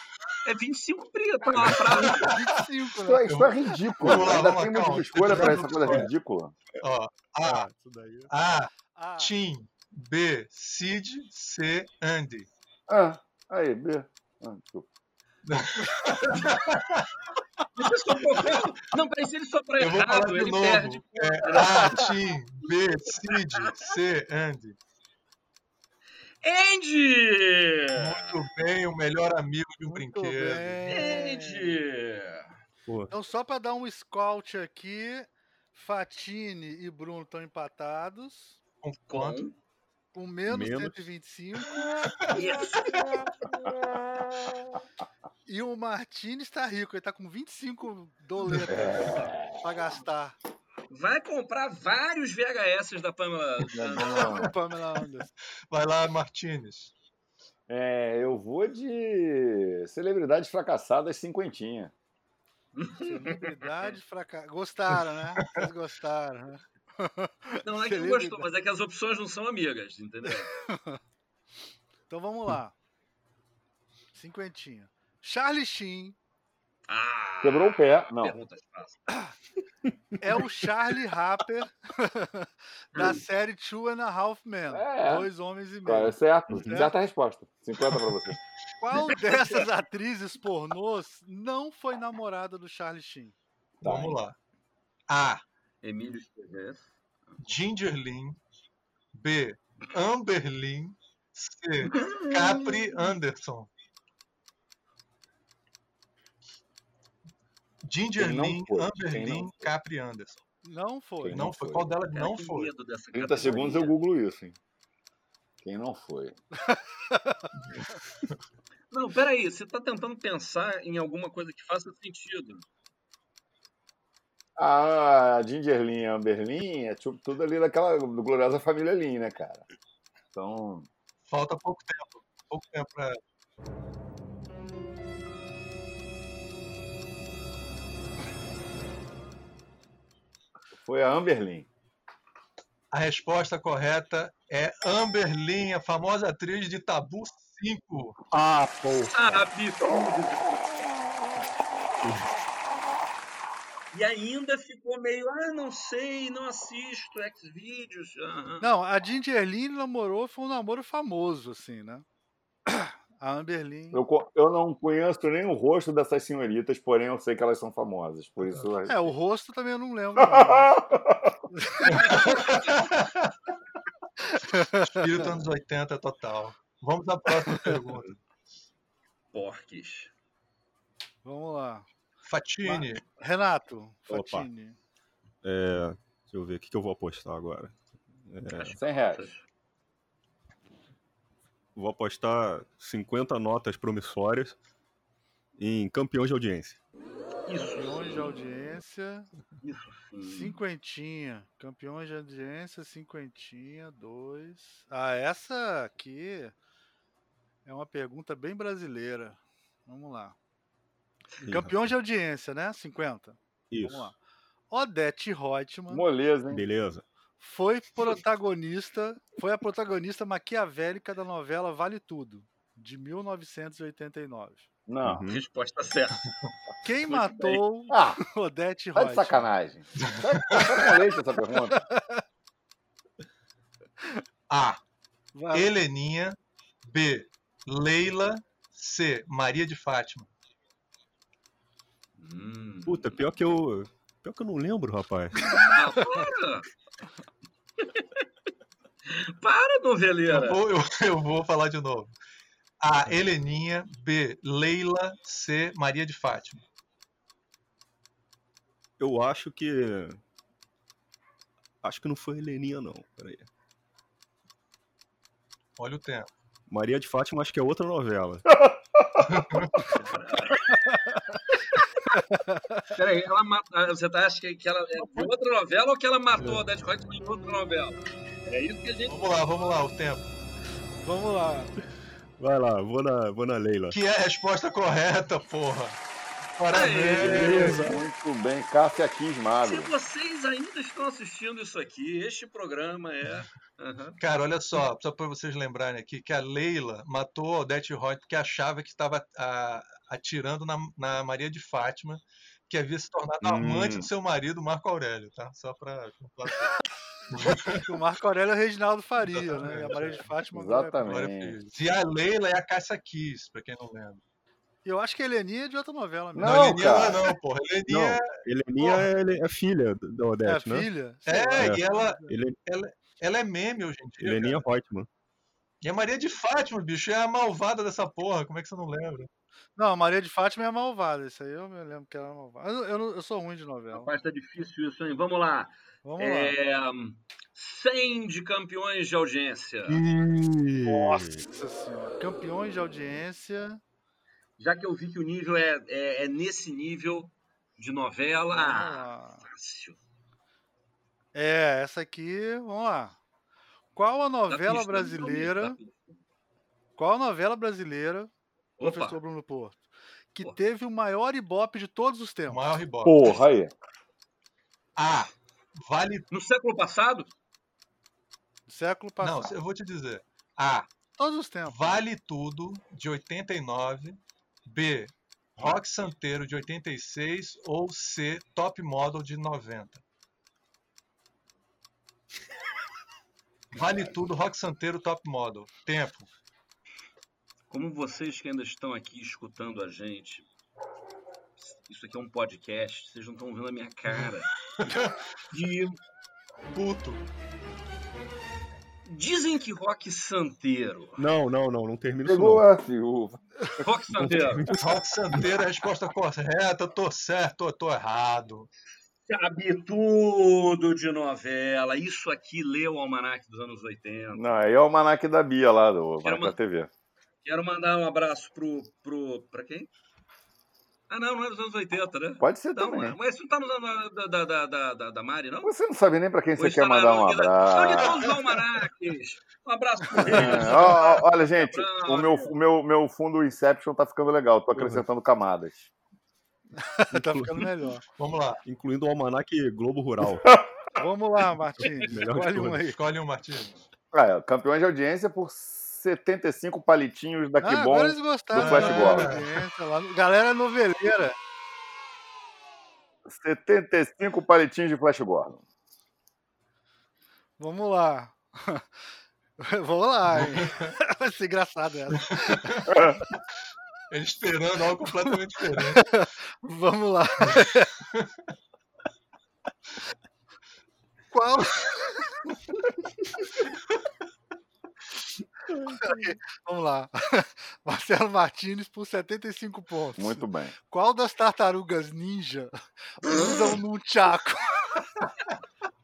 Speaker 3: É 25 preto lá pra...
Speaker 1: 25,
Speaker 2: Isso
Speaker 1: né?
Speaker 2: é, isso é ridículo.
Speaker 5: Vamos lá,
Speaker 2: Ainda
Speaker 5: vamos lá,
Speaker 2: tem
Speaker 5: calma.
Speaker 2: muita escolha pra essa coisa
Speaker 5: É.
Speaker 2: ridícula.
Speaker 5: Ó, A,
Speaker 1: Ah, Isso daí.
Speaker 5: A,
Speaker 1: Ah,
Speaker 5: Tim. B, Sid. C, Andy.
Speaker 2: Ah, aí, B. Ah, desculpa.
Speaker 3: Mas se soprar- Não, peraí, se ele soprar
Speaker 5: Eu vou falar
Speaker 3: errado,
Speaker 5: de
Speaker 3: ele
Speaker 5: novo.
Speaker 3: perde.
Speaker 5: É A, Tim. B, Sid. C, Andy.
Speaker 3: Andy!
Speaker 5: Muito bem, o melhor amigo de um
Speaker 1: muito
Speaker 5: brinquedo.
Speaker 1: bem.
Speaker 3: Andy!
Speaker 1: Então, só pra dar um scout aqui, Fatine e Bruno estão empatados.
Speaker 5: Com
Speaker 3: Com...
Speaker 5: quanto?
Speaker 1: Com menos,
Speaker 4: Menos.
Speaker 1: 125.
Speaker 3: Yes.
Speaker 1: E o Martini está rico, ele tá com 25 doletas pra gastar.
Speaker 3: Vai comprar vários VHS da Pamela.
Speaker 2: Não.
Speaker 1: Pamela Anderson.
Speaker 5: Vai lá, Martinez.
Speaker 2: É, eu vou de celebridades fracassadas cinquentinha.
Speaker 1: Celebridade fraca... Gostaram, né? Vocês gostaram, né?
Speaker 3: Não, não é que não
Speaker 1: Celebridade.
Speaker 3: gostou, mas é que as opções não são amigas, entendeu?
Speaker 1: Então vamos lá. Cinquentinha. Charlie Sheen
Speaker 3: Ah,
Speaker 2: Quebrou o pé. Não.
Speaker 3: Perguntas fáceis.
Speaker 1: é o Charlie Harper da série Two and a Half Men.
Speaker 2: É.
Speaker 1: Dois homens e
Speaker 2: Tá,
Speaker 1: meio.
Speaker 2: é certo.
Speaker 1: Certo.
Speaker 2: Certa resposta. 50 pra você.
Speaker 1: Qual dessas atrizes pornôs não foi namorada do Charlie Sheen?
Speaker 2: Tá.
Speaker 5: Vamos lá. A,
Speaker 3: Emílio Estevez.
Speaker 5: Gingerlin. B, Amberlin. C, Capri Anderson. Gingerlin,
Speaker 2: Quem não foi? Quem
Speaker 5: Amberlin,
Speaker 2: não foi?
Speaker 5: Capri Anderson.
Speaker 1: Não foi.
Speaker 2: Quem
Speaker 5: Não
Speaker 2: não
Speaker 5: foi.
Speaker 2: foi?
Speaker 5: Qual dela
Speaker 3: Cara,
Speaker 5: não
Speaker 3: É, que
Speaker 5: foi?
Speaker 3: medo dessa
Speaker 2: 30
Speaker 3: categoria.
Speaker 2: segundos eu googlo isso, hein? Quem não foi?
Speaker 3: Não, peraí, você tá tentando pensar em alguma coisa que faça sentido.
Speaker 2: A Gingerlin e a Amberlin é tipo, tudo ali daquela do gloriosa família Lin, né, cara? Então,
Speaker 5: Falta pouco tempo. Pouco tempo pra.
Speaker 2: foi a Amberlin.
Speaker 5: A resposta correta é Amberlin, a famosa atriz de Tabu 5.
Speaker 4: Ah, pô.
Speaker 3: Sabe tudo. E ainda ficou meio, ah, não sei, não assisto Ah, X-Vídeos. aham.
Speaker 1: Não, a Gingerlin namorou, foi um namoro famoso, assim, né? A Amberlin.
Speaker 2: Eu, co- eu não conheço nem o rosto dessas senhoritas, porém eu sei que elas são famosas. Por isso.
Speaker 1: É, o rosto também eu não lembro. não.
Speaker 5: Espírito anos 80 total. Vamos à próxima pergunta.
Speaker 3: Porques.
Speaker 1: Vamos lá.
Speaker 5: Fatine,
Speaker 1: Renato, Fatini.
Speaker 4: É, deixa eu ver, o que, que eu vou apostar agora?
Speaker 2: 100 reais.
Speaker 4: Vou apostar 50 notas promissórias em campeões de audiência.
Speaker 1: Campeões de audiência,
Speaker 3: Isso sim.
Speaker 1: cinquentinha. Campeões de audiência, cinquentinha, dois. Ah, essa aqui é uma pergunta bem brasileira. Vamos lá.
Speaker 4: Ih,
Speaker 1: Campeões de audiência, né? 50.
Speaker 4: Isso.
Speaker 1: Vamos lá. Odete Reutemann
Speaker 2: Moleza, hein?
Speaker 4: Beleza.
Speaker 1: foi protagonista, foi a protagonista maquiavélica da novela Vale Tudo, de 1989.
Speaker 2: Não.
Speaker 4: Uhum.
Speaker 3: Resposta certa.
Speaker 1: Quem
Speaker 3: Muito
Speaker 1: matou
Speaker 2: Ah,
Speaker 1: Odete
Speaker 2: tá de
Speaker 1: Reutemann?
Speaker 2: sacanagem. Tá tá com leite essa pergunta.
Speaker 5: A.
Speaker 1: Vai-
Speaker 5: Heleninha. B. Leila. C. Maria de Fátima.
Speaker 3: Hum.
Speaker 4: Puta, pior que eu. Pior que eu não lembro, rapaz.
Speaker 3: Ah, para! para,
Speaker 5: Eu
Speaker 3: noveleira!
Speaker 5: vou, eu, eu vou falar de novo. A. Heleninha. B. Leila. C. Maria de Fátima.
Speaker 4: Eu acho que. Acho que não foi Heleninha, não. Peraí.
Speaker 5: Olha o tempo.
Speaker 4: Maria de Fátima, acho que é outra novela.
Speaker 3: Peraí, ela mata. ah, Você tá, acha que, que ela é de outra novela ou que ela matou a Dead Hot em outra novela? É isso que a gente.
Speaker 5: Vamos lá, vamos lá, o tempo.
Speaker 1: Vamos lá.
Speaker 4: Vai lá, vou na, vou na Leila.
Speaker 5: Que é a resposta correta, porra. Parabéns!
Speaker 2: Muito bem, Cássia Kismado.
Speaker 3: Se vocês ainda estão assistindo isso aqui, este programa é. Aham.
Speaker 5: Cara, olha só, só para vocês lembrarem aqui que a Leila matou a Odete Roy porque achava que estava a- atirando na, na Maria de Fátima, que havia se tornado
Speaker 2: Hum.
Speaker 5: amante do seu marido, Marco Aurélio, tá? Só para
Speaker 1: Que o Marco Aurélio é o Reginaldo Faria, né? E a Maria de Fátima. agora é-
Speaker 2: Exatamente.
Speaker 5: E a Leila é a Cássia Kiss, pra quem não lembra.
Speaker 1: Eu acho que a Helenia é de outra novela mesmo.
Speaker 2: Não,
Speaker 5: Heleninha não é
Speaker 2: cara.
Speaker 5: não, porra. Heleninha
Speaker 4: Não,
Speaker 5: é-
Speaker 4: Heleninha é, ele- é filha da
Speaker 1: é a
Speaker 4: Odete, né?
Speaker 1: filha? Sei lá.
Speaker 5: é,
Speaker 4: É.
Speaker 5: e ela,
Speaker 4: Ele,
Speaker 5: ela é meme hoje em dia. cara.
Speaker 4: Heleninha Reutemann.
Speaker 5: E a Maria de Fátima, bicho, é a malvada dessa porra. Como é que você não lembra?
Speaker 1: Não, a Maria de Fátima é malvada. Isso aí eu me lembro que ela é malvada. Eu, eu não- eu sou ruim de novela.
Speaker 2: É,
Speaker 3: Rapaz, tá difícil isso, hein? Vamos lá.
Speaker 1: Então. Vamos lá.
Speaker 3: É, 100 de campeões de audiência.
Speaker 1: Hum.
Speaker 2: Hum.
Speaker 1: Nossa senhora. Campeões de audiência.
Speaker 3: Já que eu vi que o nível é, é, é nesse nível de novela.
Speaker 1: Vamos
Speaker 3: Ah,
Speaker 1: lá.
Speaker 3: fácil.
Speaker 1: É, essa aqui, vamos lá. Qual a
Speaker 3: Tá
Speaker 1: novela
Speaker 3: triste, tá triste,
Speaker 1: brasileira?
Speaker 3: tá triste.
Speaker 1: Qual a novela brasileira, professor
Speaker 3: Opa,
Speaker 1: Bruno Porto, que
Speaker 3: Porra.
Speaker 1: teve o maior ibope de todos os
Speaker 5: O
Speaker 1: tempos?
Speaker 5: maior ribote.
Speaker 2: Porra aí.
Speaker 5: Ah, vale.
Speaker 3: no século passado?
Speaker 1: Do século
Speaker 5: Não,
Speaker 1: passado.
Speaker 5: eu vou te dizer. Ah, A.
Speaker 1: Todos os tempos.
Speaker 5: Vale Tudo, de 89. B. Rock Santeiro, de 86. Ou C. Top Model, de 90. Vale Tudo, Rock Santeiro, Top Model. Tempo.
Speaker 3: Como vocês que ainda estão aqui escutando a gente, isso aqui é um podcast, vocês não estão vendo a minha cara. E
Speaker 5: Puto.
Speaker 3: dizem que rock santeiro.
Speaker 4: Não, não, não, não termina isso
Speaker 2: Pegou
Speaker 4: não.
Speaker 2: a viúva.
Speaker 3: Rock santeiro.
Speaker 5: Rock Santeiro é a resposta correta. Tô certo, eu tô errado.
Speaker 3: Sabe tudo de novela. Isso aqui leu o Almanac dos anos 80.
Speaker 2: Não, aí é o Manac da Bia lá, do
Speaker 3: Era
Speaker 2: Manac
Speaker 3: uma-
Speaker 2: da TV.
Speaker 3: Quero mandar um abraço pro. pro pra quem? Ah, não, não é dos anos 80, né?
Speaker 2: Pode ser
Speaker 3: Não,
Speaker 2: também.
Speaker 3: é- mas isso não tá nos anos da, da, da, da, da, da Mari, não?
Speaker 2: Você não sabe nem pra quem você
Speaker 3: Hoje
Speaker 2: quer
Speaker 3: tá na
Speaker 2: mandar um
Speaker 3: Onde da- Onde estão
Speaker 2: abraço.
Speaker 3: os almanaques? Um abraço pro Reis.
Speaker 2: É, ó, ó, olha, gente,
Speaker 3: Não,
Speaker 2: o meu, o meu, meu fundo Inception tá ficando legal, tô acrescentando camadas.
Speaker 1: tá ficando melhor.
Speaker 5: Vamos lá.
Speaker 4: Incluindo o Almanac Globo Rural.
Speaker 1: Vamos lá, Martins.
Speaker 4: Melhor de
Speaker 1: Escolhe um
Speaker 4: todas.
Speaker 1: aí.
Speaker 5: Escolhe um, Martins.
Speaker 2: Ah, é, campeões de audiência por 75 palitinhos da
Speaker 1: Ah,
Speaker 2: Tá Que Bom.
Speaker 1: agora eles gostaram.
Speaker 2: do Flash
Speaker 1: né?
Speaker 5: Gordon.
Speaker 1: Audiência lá no- Galera noveleira.
Speaker 2: 75 palitinhos de Flash Gordon.
Speaker 1: Vamos lá. Vamos lá, hein? Vai ser engraçado essa.
Speaker 5: Ele esperando algo completamente diferente.
Speaker 1: Vamos lá. Qual? Aí, Vamos lá. Marcelo Martins por 75 pontos.
Speaker 2: Muito bem.
Speaker 1: Qual das tartarugas ninja usam num tchaco?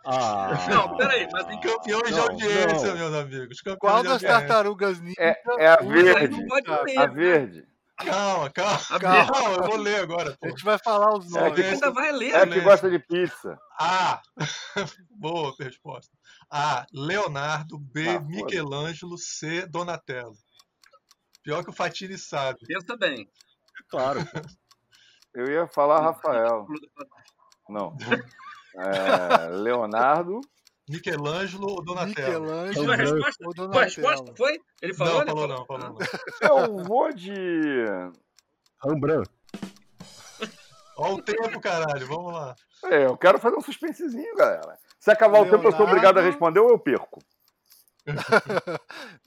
Speaker 4: Ah,
Speaker 3: Não, peraí, mas tem
Speaker 5: Campeões de
Speaker 4: Não,
Speaker 5: audiência,
Speaker 4: não.
Speaker 5: meus amigos. Campeões
Speaker 1: Qual
Speaker 5: de
Speaker 1: das
Speaker 5: audiência.
Speaker 1: tartarugas ninja?
Speaker 2: É, é a
Speaker 1: usam
Speaker 2: verde.
Speaker 3: Não
Speaker 1: num
Speaker 3: pode
Speaker 1: tchaco?
Speaker 3: ler.
Speaker 2: A verde.
Speaker 5: Calma, calma.
Speaker 3: A
Speaker 1: Calma.
Speaker 3: Bia
Speaker 5: Não, eu vou ler agora, pô.
Speaker 1: A gente vai falar os
Speaker 2: É que-
Speaker 1: nomes.
Speaker 3: ainda vai ler.
Speaker 2: É a que
Speaker 5: Excelente.
Speaker 2: gosta de pizza.
Speaker 5: A. Boa resposta. A. Leonardo. B.
Speaker 2: Ah, foda-se.
Speaker 5: Michelangelo. C. Donatello. Pior que o Fatini sabe.
Speaker 3: Pensa bem.
Speaker 4: claro.
Speaker 2: Eu ia falar Rafael. Não. É, Leonardo.
Speaker 5: Michelangelo ou é Donatello?
Speaker 3: Sua
Speaker 1: Michelangelo
Speaker 3: resposta,
Speaker 1: ou
Speaker 3: sua resposta
Speaker 1: Donatello?
Speaker 3: foi? Ele falou? né? ele
Speaker 5: Não, falou não, falou não.
Speaker 2: Eu vou de.
Speaker 4: Rembrandt.
Speaker 5: Olha o tempo, caralho. Vamos lá.
Speaker 2: É, eu quero fazer um suspensezinho, galera. Se acabar o tempo, eu sou
Speaker 1: Leonardo.
Speaker 2: obrigado a responder ou eu perco.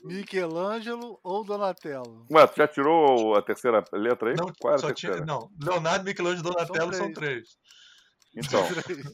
Speaker 1: Michelangelo ou Donatello?
Speaker 2: Ué, tu já tirou a terceira letra aí?
Speaker 5: Não,
Speaker 2: Qual era a
Speaker 5: só tinha,
Speaker 2: terceira?
Speaker 5: não. Leonardo, Michelangelo e Donatello são três.
Speaker 2: Então.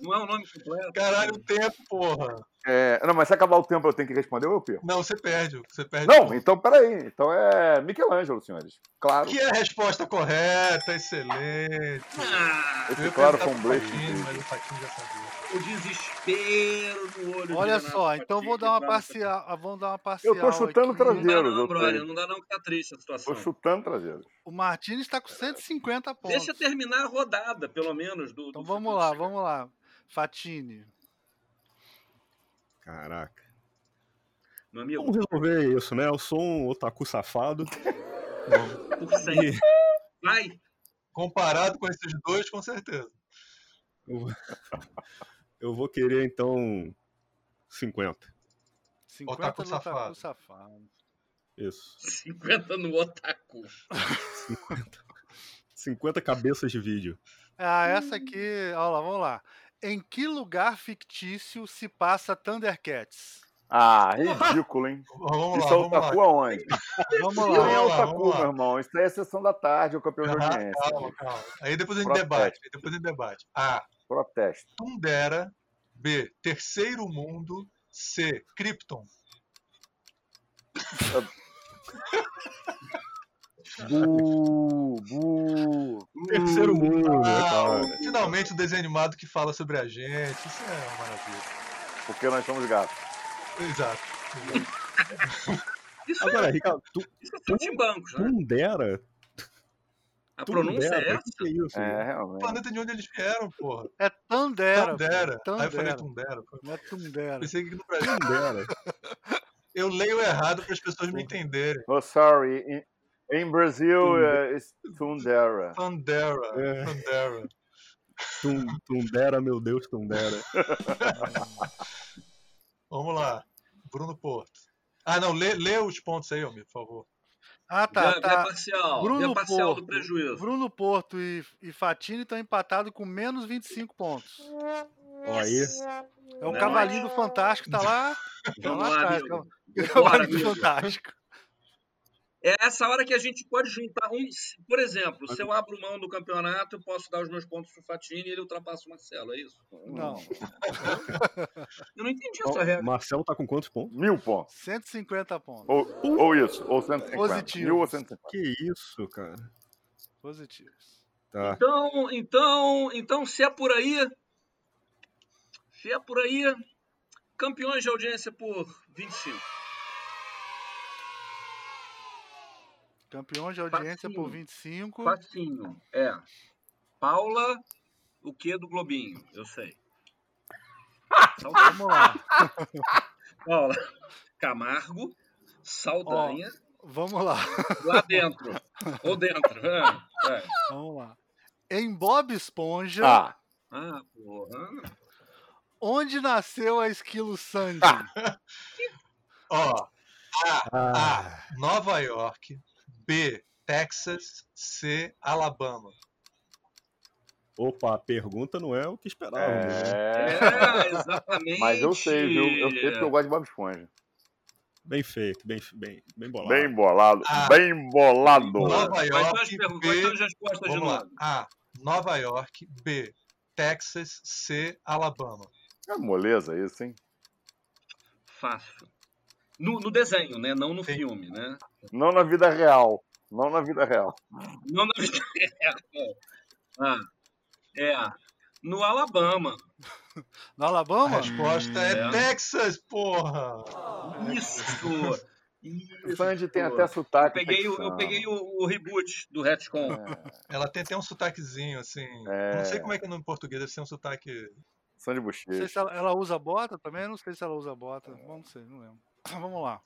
Speaker 3: Não é o nome completo.
Speaker 5: Caralho, o tempo, porra.
Speaker 2: é, Não, mas se acabar o tempo, eu tenho que responder ou eu perco.
Speaker 5: Não, você perde. Você perde.
Speaker 2: Não, então peraí. Então é Michelangelo, senhores. Claro.
Speaker 5: Que é a resposta correta, excelente.
Speaker 3: Ah,
Speaker 5: Eu
Speaker 2: Esse,
Speaker 5: ia
Speaker 2: claro,
Speaker 5: perguntar
Speaker 2: foi um
Speaker 5: pro
Speaker 2: blefe.
Speaker 5: Fatini, mas o Fatini já sabia.
Speaker 3: o desespero no olho
Speaker 1: Olha
Speaker 3: de Renato
Speaker 1: só, então
Speaker 3: Batista,
Speaker 1: vou dar uma
Speaker 3: claro.
Speaker 1: parcial. ah, Vamos dar uma parcial.
Speaker 2: Eu tô chutando
Speaker 1: aqui.
Speaker 3: Não dá
Speaker 2: traseiros.
Speaker 3: não,
Speaker 2: Eu
Speaker 3: brother.
Speaker 2: tô,
Speaker 3: Não dá não que tá triste a situação.
Speaker 2: tô chutando traseiros.
Speaker 1: O Martins está com 150 pontos.
Speaker 3: Deixa terminar a rodada, pelo menos. Do,
Speaker 1: Então
Speaker 3: do-
Speaker 1: vamos lá, vamos lá. Fatine.
Speaker 5: tá
Speaker 4: Caraca.
Speaker 3: Meu amigo,
Speaker 4: Vamos resolver isso, né? Eu sou um otaku safado.
Speaker 3: por 100. Vai.
Speaker 5: Comparado com esses dois, com certeza.
Speaker 4: Eu vou- Eu vou querer, então, 50.
Speaker 1: 50
Speaker 5: Otaku
Speaker 1: no Otaku
Speaker 5: safado.
Speaker 1: tá safado.
Speaker 4: Isso.
Speaker 3: 50 no otaku.
Speaker 4: 50. 50 cabeças de vídeo.
Speaker 1: Ah, essa aqui. Olha lá, vamos lá. Em que lugar fictício se passa Thundercats?
Speaker 2: Ah, ridículo, hein?
Speaker 5: Vamos
Speaker 2: Isso
Speaker 5: lá,
Speaker 2: é o
Speaker 5: vamos lá.
Speaker 2: Taku aonde?
Speaker 1: Vamos
Speaker 2: Isso
Speaker 5: Vamos
Speaker 1: lá.
Speaker 2: nem é o
Speaker 5: lá,
Speaker 2: Taku,
Speaker 5: vamos lá.
Speaker 2: meu irmão. Isso daí é sessão da tarde, o campeão de
Speaker 5: Calma,
Speaker 2: audiência.
Speaker 5: calma, calma. Aí depois a gente
Speaker 2: Protesto.
Speaker 5: debate. aí Depois a gente debate. A.
Speaker 2: Protesto.
Speaker 5: Tundera. B. Terceiro mundo. C. Krypton.
Speaker 2: Bu, bu.
Speaker 4: Terceiro mundo,
Speaker 5: Ah,
Speaker 4: cara.
Speaker 5: finalmente o desenho animado que fala sobre a gente. Isso é uma maravilha.
Speaker 2: Porque nós somos gatos.
Speaker 5: Exato. exato.
Speaker 3: é
Speaker 4: Agora, Ricardo, tu,
Speaker 3: São de bancos, né?
Speaker 4: Tundera?
Speaker 3: A pronúncia é
Speaker 4: Tundera?
Speaker 3: essa?
Speaker 4: O que é isso?
Speaker 2: É,
Speaker 5: O
Speaker 2: realmente.
Speaker 5: planeta de onde eles vieram, porra.
Speaker 1: É Tandera.
Speaker 5: Tundera. Aí eu falei
Speaker 1: Tandera.
Speaker 5: Tundera. pô.
Speaker 1: Não é Tundera.
Speaker 5: Pensei que no Brasil.
Speaker 4: Tundera.
Speaker 5: Eu leio errado para as pessoas me entenderem.
Speaker 2: Oh, sorry. In, in Brazil, uh, it's eh. Tundera.
Speaker 5: Tundera.
Speaker 4: É.
Speaker 5: Tundera.
Speaker 4: Tum, Tundera, meu Deus, Tundera.
Speaker 5: Vamos lá. Bruno Porto. Ah, não, lê, lê os pontos aí, homem, por favor.
Speaker 1: Ah,
Speaker 3: Minha-
Speaker 1: tá.
Speaker 3: minha
Speaker 1: tá.
Speaker 3: parcial.
Speaker 1: Bruno
Speaker 3: minha parcial
Speaker 1: Porto.
Speaker 3: do prejuízo.
Speaker 1: Bruno Porto e, e Fatini estão empatados com menos 25 pontos.
Speaker 4: Ó, aí.
Speaker 1: É o
Speaker 3: Não,
Speaker 1: cavalinho do Fantástico, tá lá. Tá
Speaker 3: Vamos
Speaker 1: lá
Speaker 3: lá,
Speaker 1: atrás.
Speaker 3: amigo.
Speaker 1: tá-
Speaker 3: Bora,
Speaker 1: Cavalinho do
Speaker 3: amigo.
Speaker 1: Fantástico.
Speaker 3: É essa hora que a gente pode juntar um. Por exemplo, se eu abro mão do campeonato, eu posso dar os meus pontos pro Fatini e ele ultrapassa o Marcelo, é isso?
Speaker 1: Não.
Speaker 3: Eu não entendi
Speaker 1: Então,
Speaker 4: Ó,
Speaker 3: essa regra.
Speaker 4: Marcelo tá com quantos pontos?
Speaker 2: Mil pontos.
Speaker 1: 150 pontos.
Speaker 2: Ou,
Speaker 5: Uh.
Speaker 2: ou isso, ou 150.
Speaker 1: Positivo.
Speaker 2: Mil ou 150.
Speaker 4: Que isso, cara.
Speaker 1: Positivos.
Speaker 4: Tá.
Speaker 3: Então, então, então, se é por aí, se é por aí, campeões de audiência por 25.
Speaker 1: Campeão de audiência por
Speaker 3: Facinho.
Speaker 1: 25.
Speaker 3: Facinho, é. Paula, o que do Globinho? Eu sei.
Speaker 2: Então
Speaker 3: Saldanha,
Speaker 1: Vamos lá.
Speaker 3: Paula, Camargo, Saldanha,
Speaker 1: Vamos lá.
Speaker 3: lá dentro. Ou dentro. É, é.
Speaker 1: Vamos lá. Em Bob Esponja,
Speaker 2: Ah,
Speaker 3: Ah, porra.
Speaker 1: onde nasceu a Esquilo Sandy?
Speaker 2: Ah.
Speaker 5: Ó,
Speaker 4: Ah,
Speaker 5: A. Nova York. B. Texas. C. Alabama.
Speaker 4: opa, a pergunta não é o que esperávamos. né?
Speaker 2: Ah, é.
Speaker 3: É, exatamente.
Speaker 2: Mas eu sei, viu? Eu sei porque eu gosto de Bob Esponja.
Speaker 4: Bem feito, bem, bem, bem bolado.
Speaker 2: Bem bolado.
Speaker 5: Ah.
Speaker 2: Bem bolado.
Speaker 5: Nova
Speaker 3: Mas quais
Speaker 5: York.
Speaker 3: perguntas- quais são as
Speaker 5: B.
Speaker 3: respostas de
Speaker 5: Vamos lá.
Speaker 3: novo?
Speaker 5: A. Nova York. B. Texas. C. Alabama.
Speaker 2: É moleza isso, hein?
Speaker 3: Fácil. No, no desenho, né? Não no
Speaker 5: Sim.
Speaker 3: filme, né?
Speaker 2: Não na vida real. Não na vida real.
Speaker 3: Não na vida real. Ah, é. No Alabama.
Speaker 1: No
Speaker 5: A
Speaker 1: Alabama?
Speaker 5: resposta é
Speaker 3: é.
Speaker 5: Texas, porra!
Speaker 3: Isso! Isso.
Speaker 2: O Sandy tem até
Speaker 3: Eu
Speaker 2: sotaque.
Speaker 3: peguei, o, eu
Speaker 2: texano.
Speaker 3: peguei o, o reboot do retcon.
Speaker 5: Ela tem até um sotaquezinho, assim.
Speaker 2: É.
Speaker 5: Não sei como é que é no português, deve ser um sotaque.
Speaker 2: Sandy
Speaker 1: Não sei
Speaker 2: Bochecha.
Speaker 1: se ela, ela usa bota também, não sei se ela usa bota.
Speaker 3: É.
Speaker 1: Bom, não sei, não lembro. Vamos lá.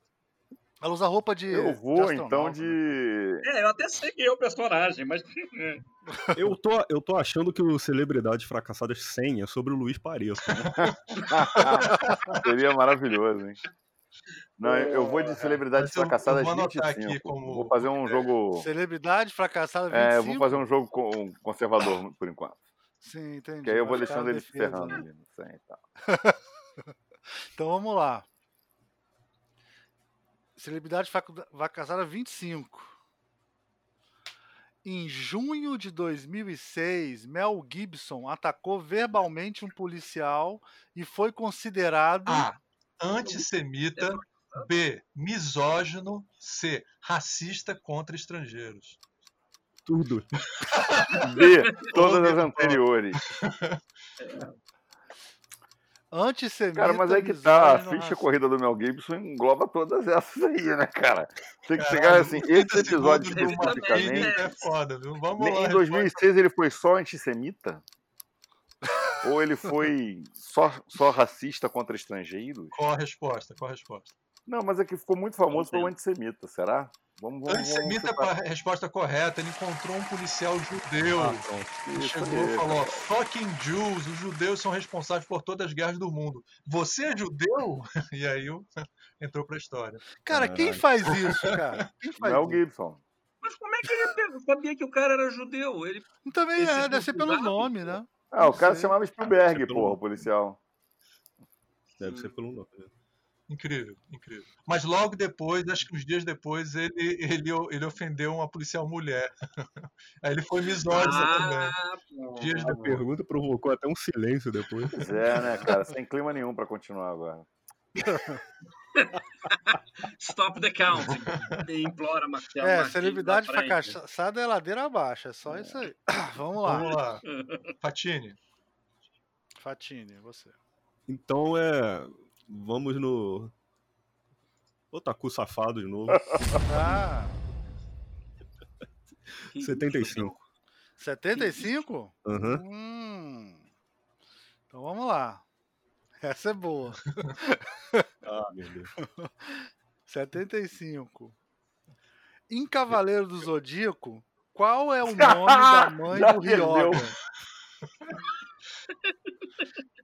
Speaker 1: Ela usa roupa de.
Speaker 2: Eu
Speaker 1: de
Speaker 2: vou
Speaker 1: astronauta,
Speaker 2: então
Speaker 1: né?
Speaker 2: de.
Speaker 3: É, eu até sei quem é o personagem, mas.
Speaker 4: Eu tô, eu tô achando que o Celebridades Fracassadas 100 é sobre o Luiz Pareto. Né?
Speaker 2: Seria maravilhoso, hein? Não, eu eu vou de celebridades
Speaker 5: Mas eu- eu
Speaker 2: fracassadas
Speaker 5: vou anotar aqui
Speaker 2: 25.
Speaker 5: como-
Speaker 2: Vou fazer um jogo.
Speaker 1: Celebridade fracassada 25.
Speaker 2: É, eu vou fazer um jogo com- conservador por enquanto.
Speaker 1: Sim, entendi.
Speaker 2: Porque aí eu vou
Speaker 1: Vai ficar
Speaker 2: deixando
Speaker 1: a
Speaker 2: eles se
Speaker 1: defesa,
Speaker 2: ferrando
Speaker 1: né?
Speaker 2: ali. não sei, tá.
Speaker 1: Então vamos lá. Celebridade facu- fracassada 25. Em junho de 2006, Mel Gibson atacou verbalmente um policial e foi considerado.
Speaker 5: A. Antissemita. B. Misógino. C. Racista contra estrangeiros.
Speaker 4: Tudo.
Speaker 2: B, todas as
Speaker 5: Olha,
Speaker 2: anteriores.
Speaker 1: antissemita.
Speaker 2: Cara, mas aí que tá, a
Speaker 1: misógino,
Speaker 2: ficha
Speaker 1: racista.
Speaker 2: corrida do Mel Gibson engloba todas essas aí, né, cara? Tem que
Speaker 5: Caralho,
Speaker 2: chegar assim, esse
Speaker 5: 30
Speaker 2: episódio
Speaker 5: segundos de uma
Speaker 2: especificamente.
Speaker 5: vida É foda, viu? Vamos lá.
Speaker 2: Em
Speaker 5: resposta.
Speaker 2: 2006 ele foi só antissemita? Ou ele foi só, só racista contra estrangeiros?
Speaker 5: Qual a resposta? Qual a resposta?
Speaker 2: Não, mas é que ficou muito famoso pelo antissemita, será? Vamos, vamos,
Speaker 5: Antissemita com a resposta correta, ele encontrou um policial judeu.
Speaker 4: Ah,
Speaker 5: Ele chegou e falou: fucking Jews, os judeus são responsáveis por todas as guerras do mundo. Você é judeu? E aí o- entrou pra história.
Speaker 1: Cara, quem faz isso, cara? Quem faz
Speaker 2: Mel
Speaker 1: isso?
Speaker 2: Gibson.
Speaker 3: Mas como é que ele pegou- sabia que o cara era judeu? Ele
Speaker 1: Também
Speaker 3: Esse
Speaker 1: é, deve ser pelo
Speaker 3: Zap,
Speaker 1: nome, né?
Speaker 2: Ah, o
Speaker 1: Não
Speaker 2: cara se
Speaker 1: sei.
Speaker 2: chamava Spielberg,
Speaker 4: É pelo-
Speaker 2: porra, o policial.
Speaker 4: Deve ser pelo nome. né?
Speaker 5: Incrível, incrível. Mas logo depois, acho que uns dias depois, ele, ele, ele ofendeu uma policial mulher. Aí ele foi misógino também.
Speaker 3: Ah, pô.
Speaker 5: Dias
Speaker 4: A pergunta provocou até um silêncio depois.
Speaker 2: Pois é, né, cara? Sem clima nenhum pra continuar agora.
Speaker 3: Stop the counting. Ele implora Marcelo.
Speaker 1: É,
Speaker 3: Martins
Speaker 1: celebridade
Speaker 3: na frente.
Speaker 1: fracassada é ladeira abaixo, é só isso aí. Vamos lá,
Speaker 5: Vamos lá. Fatine,
Speaker 1: Fatine, você.
Speaker 4: Então é. Vamos no. Otaku safado de novo.
Speaker 1: Ah,
Speaker 3: Que
Speaker 4: 75.
Speaker 1: 75?
Speaker 4: Aham.
Speaker 1: Hum. Então vamos lá. Essa é boa.
Speaker 4: Ah, meu Deus.
Speaker 1: 75. Em Cavaleiro do Zodíaco, qual é o nome da mãe
Speaker 2: Já
Speaker 1: do
Speaker 2: perdeu.
Speaker 1: Ryoga?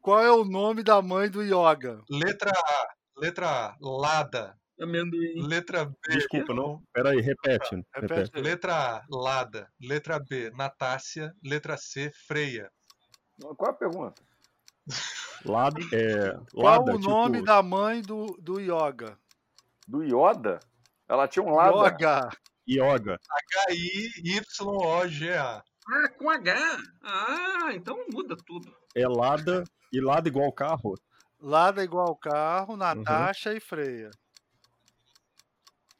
Speaker 1: Qual é o nome da mãe do Yoga?
Speaker 5: letra A, letra A, Lada.
Speaker 3: Amendoim.
Speaker 5: Letra B,
Speaker 4: Desculpa, não. Pera aí, repete. repete.
Speaker 1: Repete.
Speaker 5: Letra A, Lada. Letra B, Natácia. Letra C, Freia.
Speaker 2: Qual é a pergunta?
Speaker 4: Lada, é,
Speaker 1: Qual
Speaker 4: Lada,
Speaker 1: o nome
Speaker 4: tipo,
Speaker 1: da mãe do, do Yoga?
Speaker 2: Do Yoda? Ela tinha um lado.
Speaker 1: Yoga.
Speaker 4: Yoga.
Speaker 5: H-I-Y-O-G-A.
Speaker 3: Ah, com H. Ah, então muda tudo.
Speaker 4: É Lada e Lada igual carro?
Speaker 1: Lada igual
Speaker 2: Uhum.
Speaker 1: carro, Natasha e Freia.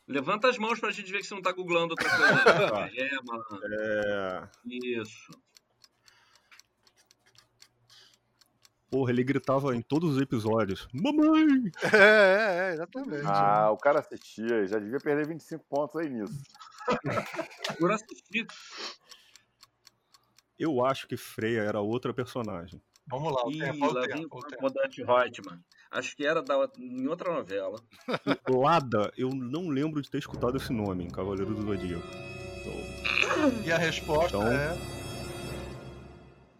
Speaker 3: Levanta as mãos pra gente ver que você não tá googlando outra coisa.
Speaker 5: Tá.
Speaker 3: é, malandro.
Speaker 4: É.
Speaker 3: Isso.
Speaker 4: Porra, ele gritava em todos os episódios: Mamãe!
Speaker 1: É, é, é, exatamente.
Speaker 2: Ah, o cara assistia, já devia perder 25 pontos aí nisso.
Speaker 3: Por assistir.
Speaker 4: Eu acho que Freya era outra personagem.
Speaker 5: Vamos lá, o
Speaker 3: Ih,
Speaker 5: tempo, olha
Speaker 3: lá
Speaker 5: o
Speaker 3: vem
Speaker 5: tempo,
Speaker 3: o
Speaker 5: olha o tempo.
Speaker 3: comandante Reutemann. Acho que era da, em outra novela.
Speaker 4: Lada, eu não lembro de ter escutado esse nome em Cavaleiro do Zodíaco. Então,
Speaker 5: E a resposta
Speaker 4: Então-
Speaker 5: é.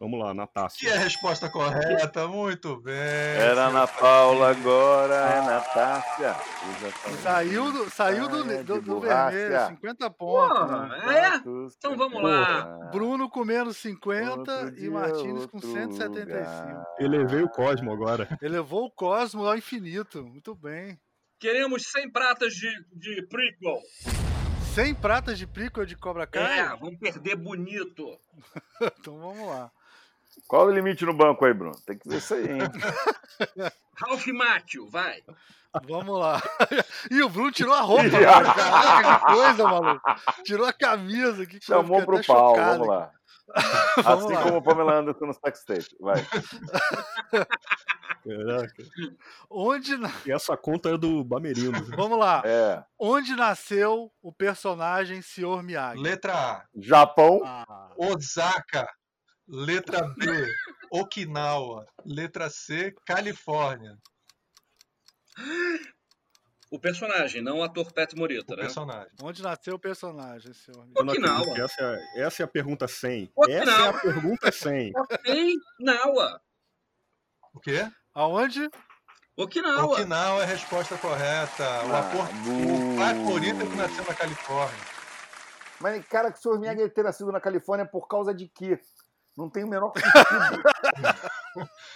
Speaker 4: vamos lá, Natácia.
Speaker 5: Que é a resposta correta, muito bem.
Speaker 2: É. Era Ana Paula, agora é Tá Natácia. Usa essa
Speaker 1: Saiu do, saiu do,
Speaker 2: montanha
Speaker 1: do,
Speaker 2: Ah, é, de
Speaker 1: do
Speaker 2: borracha.
Speaker 1: vermelho, 50 pontos.
Speaker 3: Porra.
Speaker 1: né?
Speaker 3: Ah, é? Então vamos lá.
Speaker 1: Bruno com menos
Speaker 2: Tá. Outro
Speaker 1: 50 e
Speaker 2: dia,
Speaker 1: Martins com
Speaker 2: outro
Speaker 1: 175.
Speaker 2: lugar.
Speaker 4: Elevei o Cosmo agora.
Speaker 1: Elevou o cosmo ao infinito. Muito bem.
Speaker 3: Queremos 100 pratas de, de prequel.
Speaker 1: 100 pratas de prequel de Cobra
Speaker 3: É,
Speaker 1: Kai?
Speaker 3: vamos perder bonito.
Speaker 1: Então vamos lá.
Speaker 2: Qual o limite no banco aí, Bruno? Tem que ver isso aí, hein?
Speaker 3: Ralph Macchio, vai.
Speaker 1: Vamos lá. E o Bruno tirou a roupa. cara. Caraca, que coisa, maluco. Tirou a camisa. Que coisa,
Speaker 2: ah. Chamou
Speaker 1: fiquei
Speaker 2: pro
Speaker 1: até
Speaker 2: pau,
Speaker 1: chocado
Speaker 2: vamos lá.
Speaker 1: aqui. Vamos
Speaker 2: assim
Speaker 1: lá.
Speaker 2: como o Pamela Anderson no sex tape. Vai.
Speaker 4: Caraca.
Speaker 1: Onde na-
Speaker 4: E essa conta é do Bamerindo.
Speaker 1: Vamos lá.
Speaker 2: É.
Speaker 1: Onde nasceu o personagem Sr. Miyagi?
Speaker 5: Letra A,
Speaker 2: Japão.
Speaker 1: Ah,
Speaker 5: Osaka. Letra B, Okinawa. Letra C, Califórnia.
Speaker 3: O personagem, não o ator Pat Morita,
Speaker 5: O
Speaker 3: né?
Speaker 5: personagem.
Speaker 1: onde nasceu o personagem, senhor?
Speaker 4: Eu não
Speaker 3: Okinawa.
Speaker 4: acredito que essa, é, essa é a pergunta 100.
Speaker 3: Okinawa.
Speaker 4: Essa é a pergunta 100.
Speaker 3: Okinawa.
Speaker 5: O quê?
Speaker 1: Aonde?
Speaker 3: Okinawa.
Speaker 5: Okinawa é a resposta correta. O
Speaker 2: Ah,
Speaker 5: ator
Speaker 2: bu.
Speaker 5: o favorito um é que nasceu na Califórnia.
Speaker 2: Mas, cara, que o senhor Miyagi ter nascido na Califórnia é por causa de quê? Não tem o menor sentido.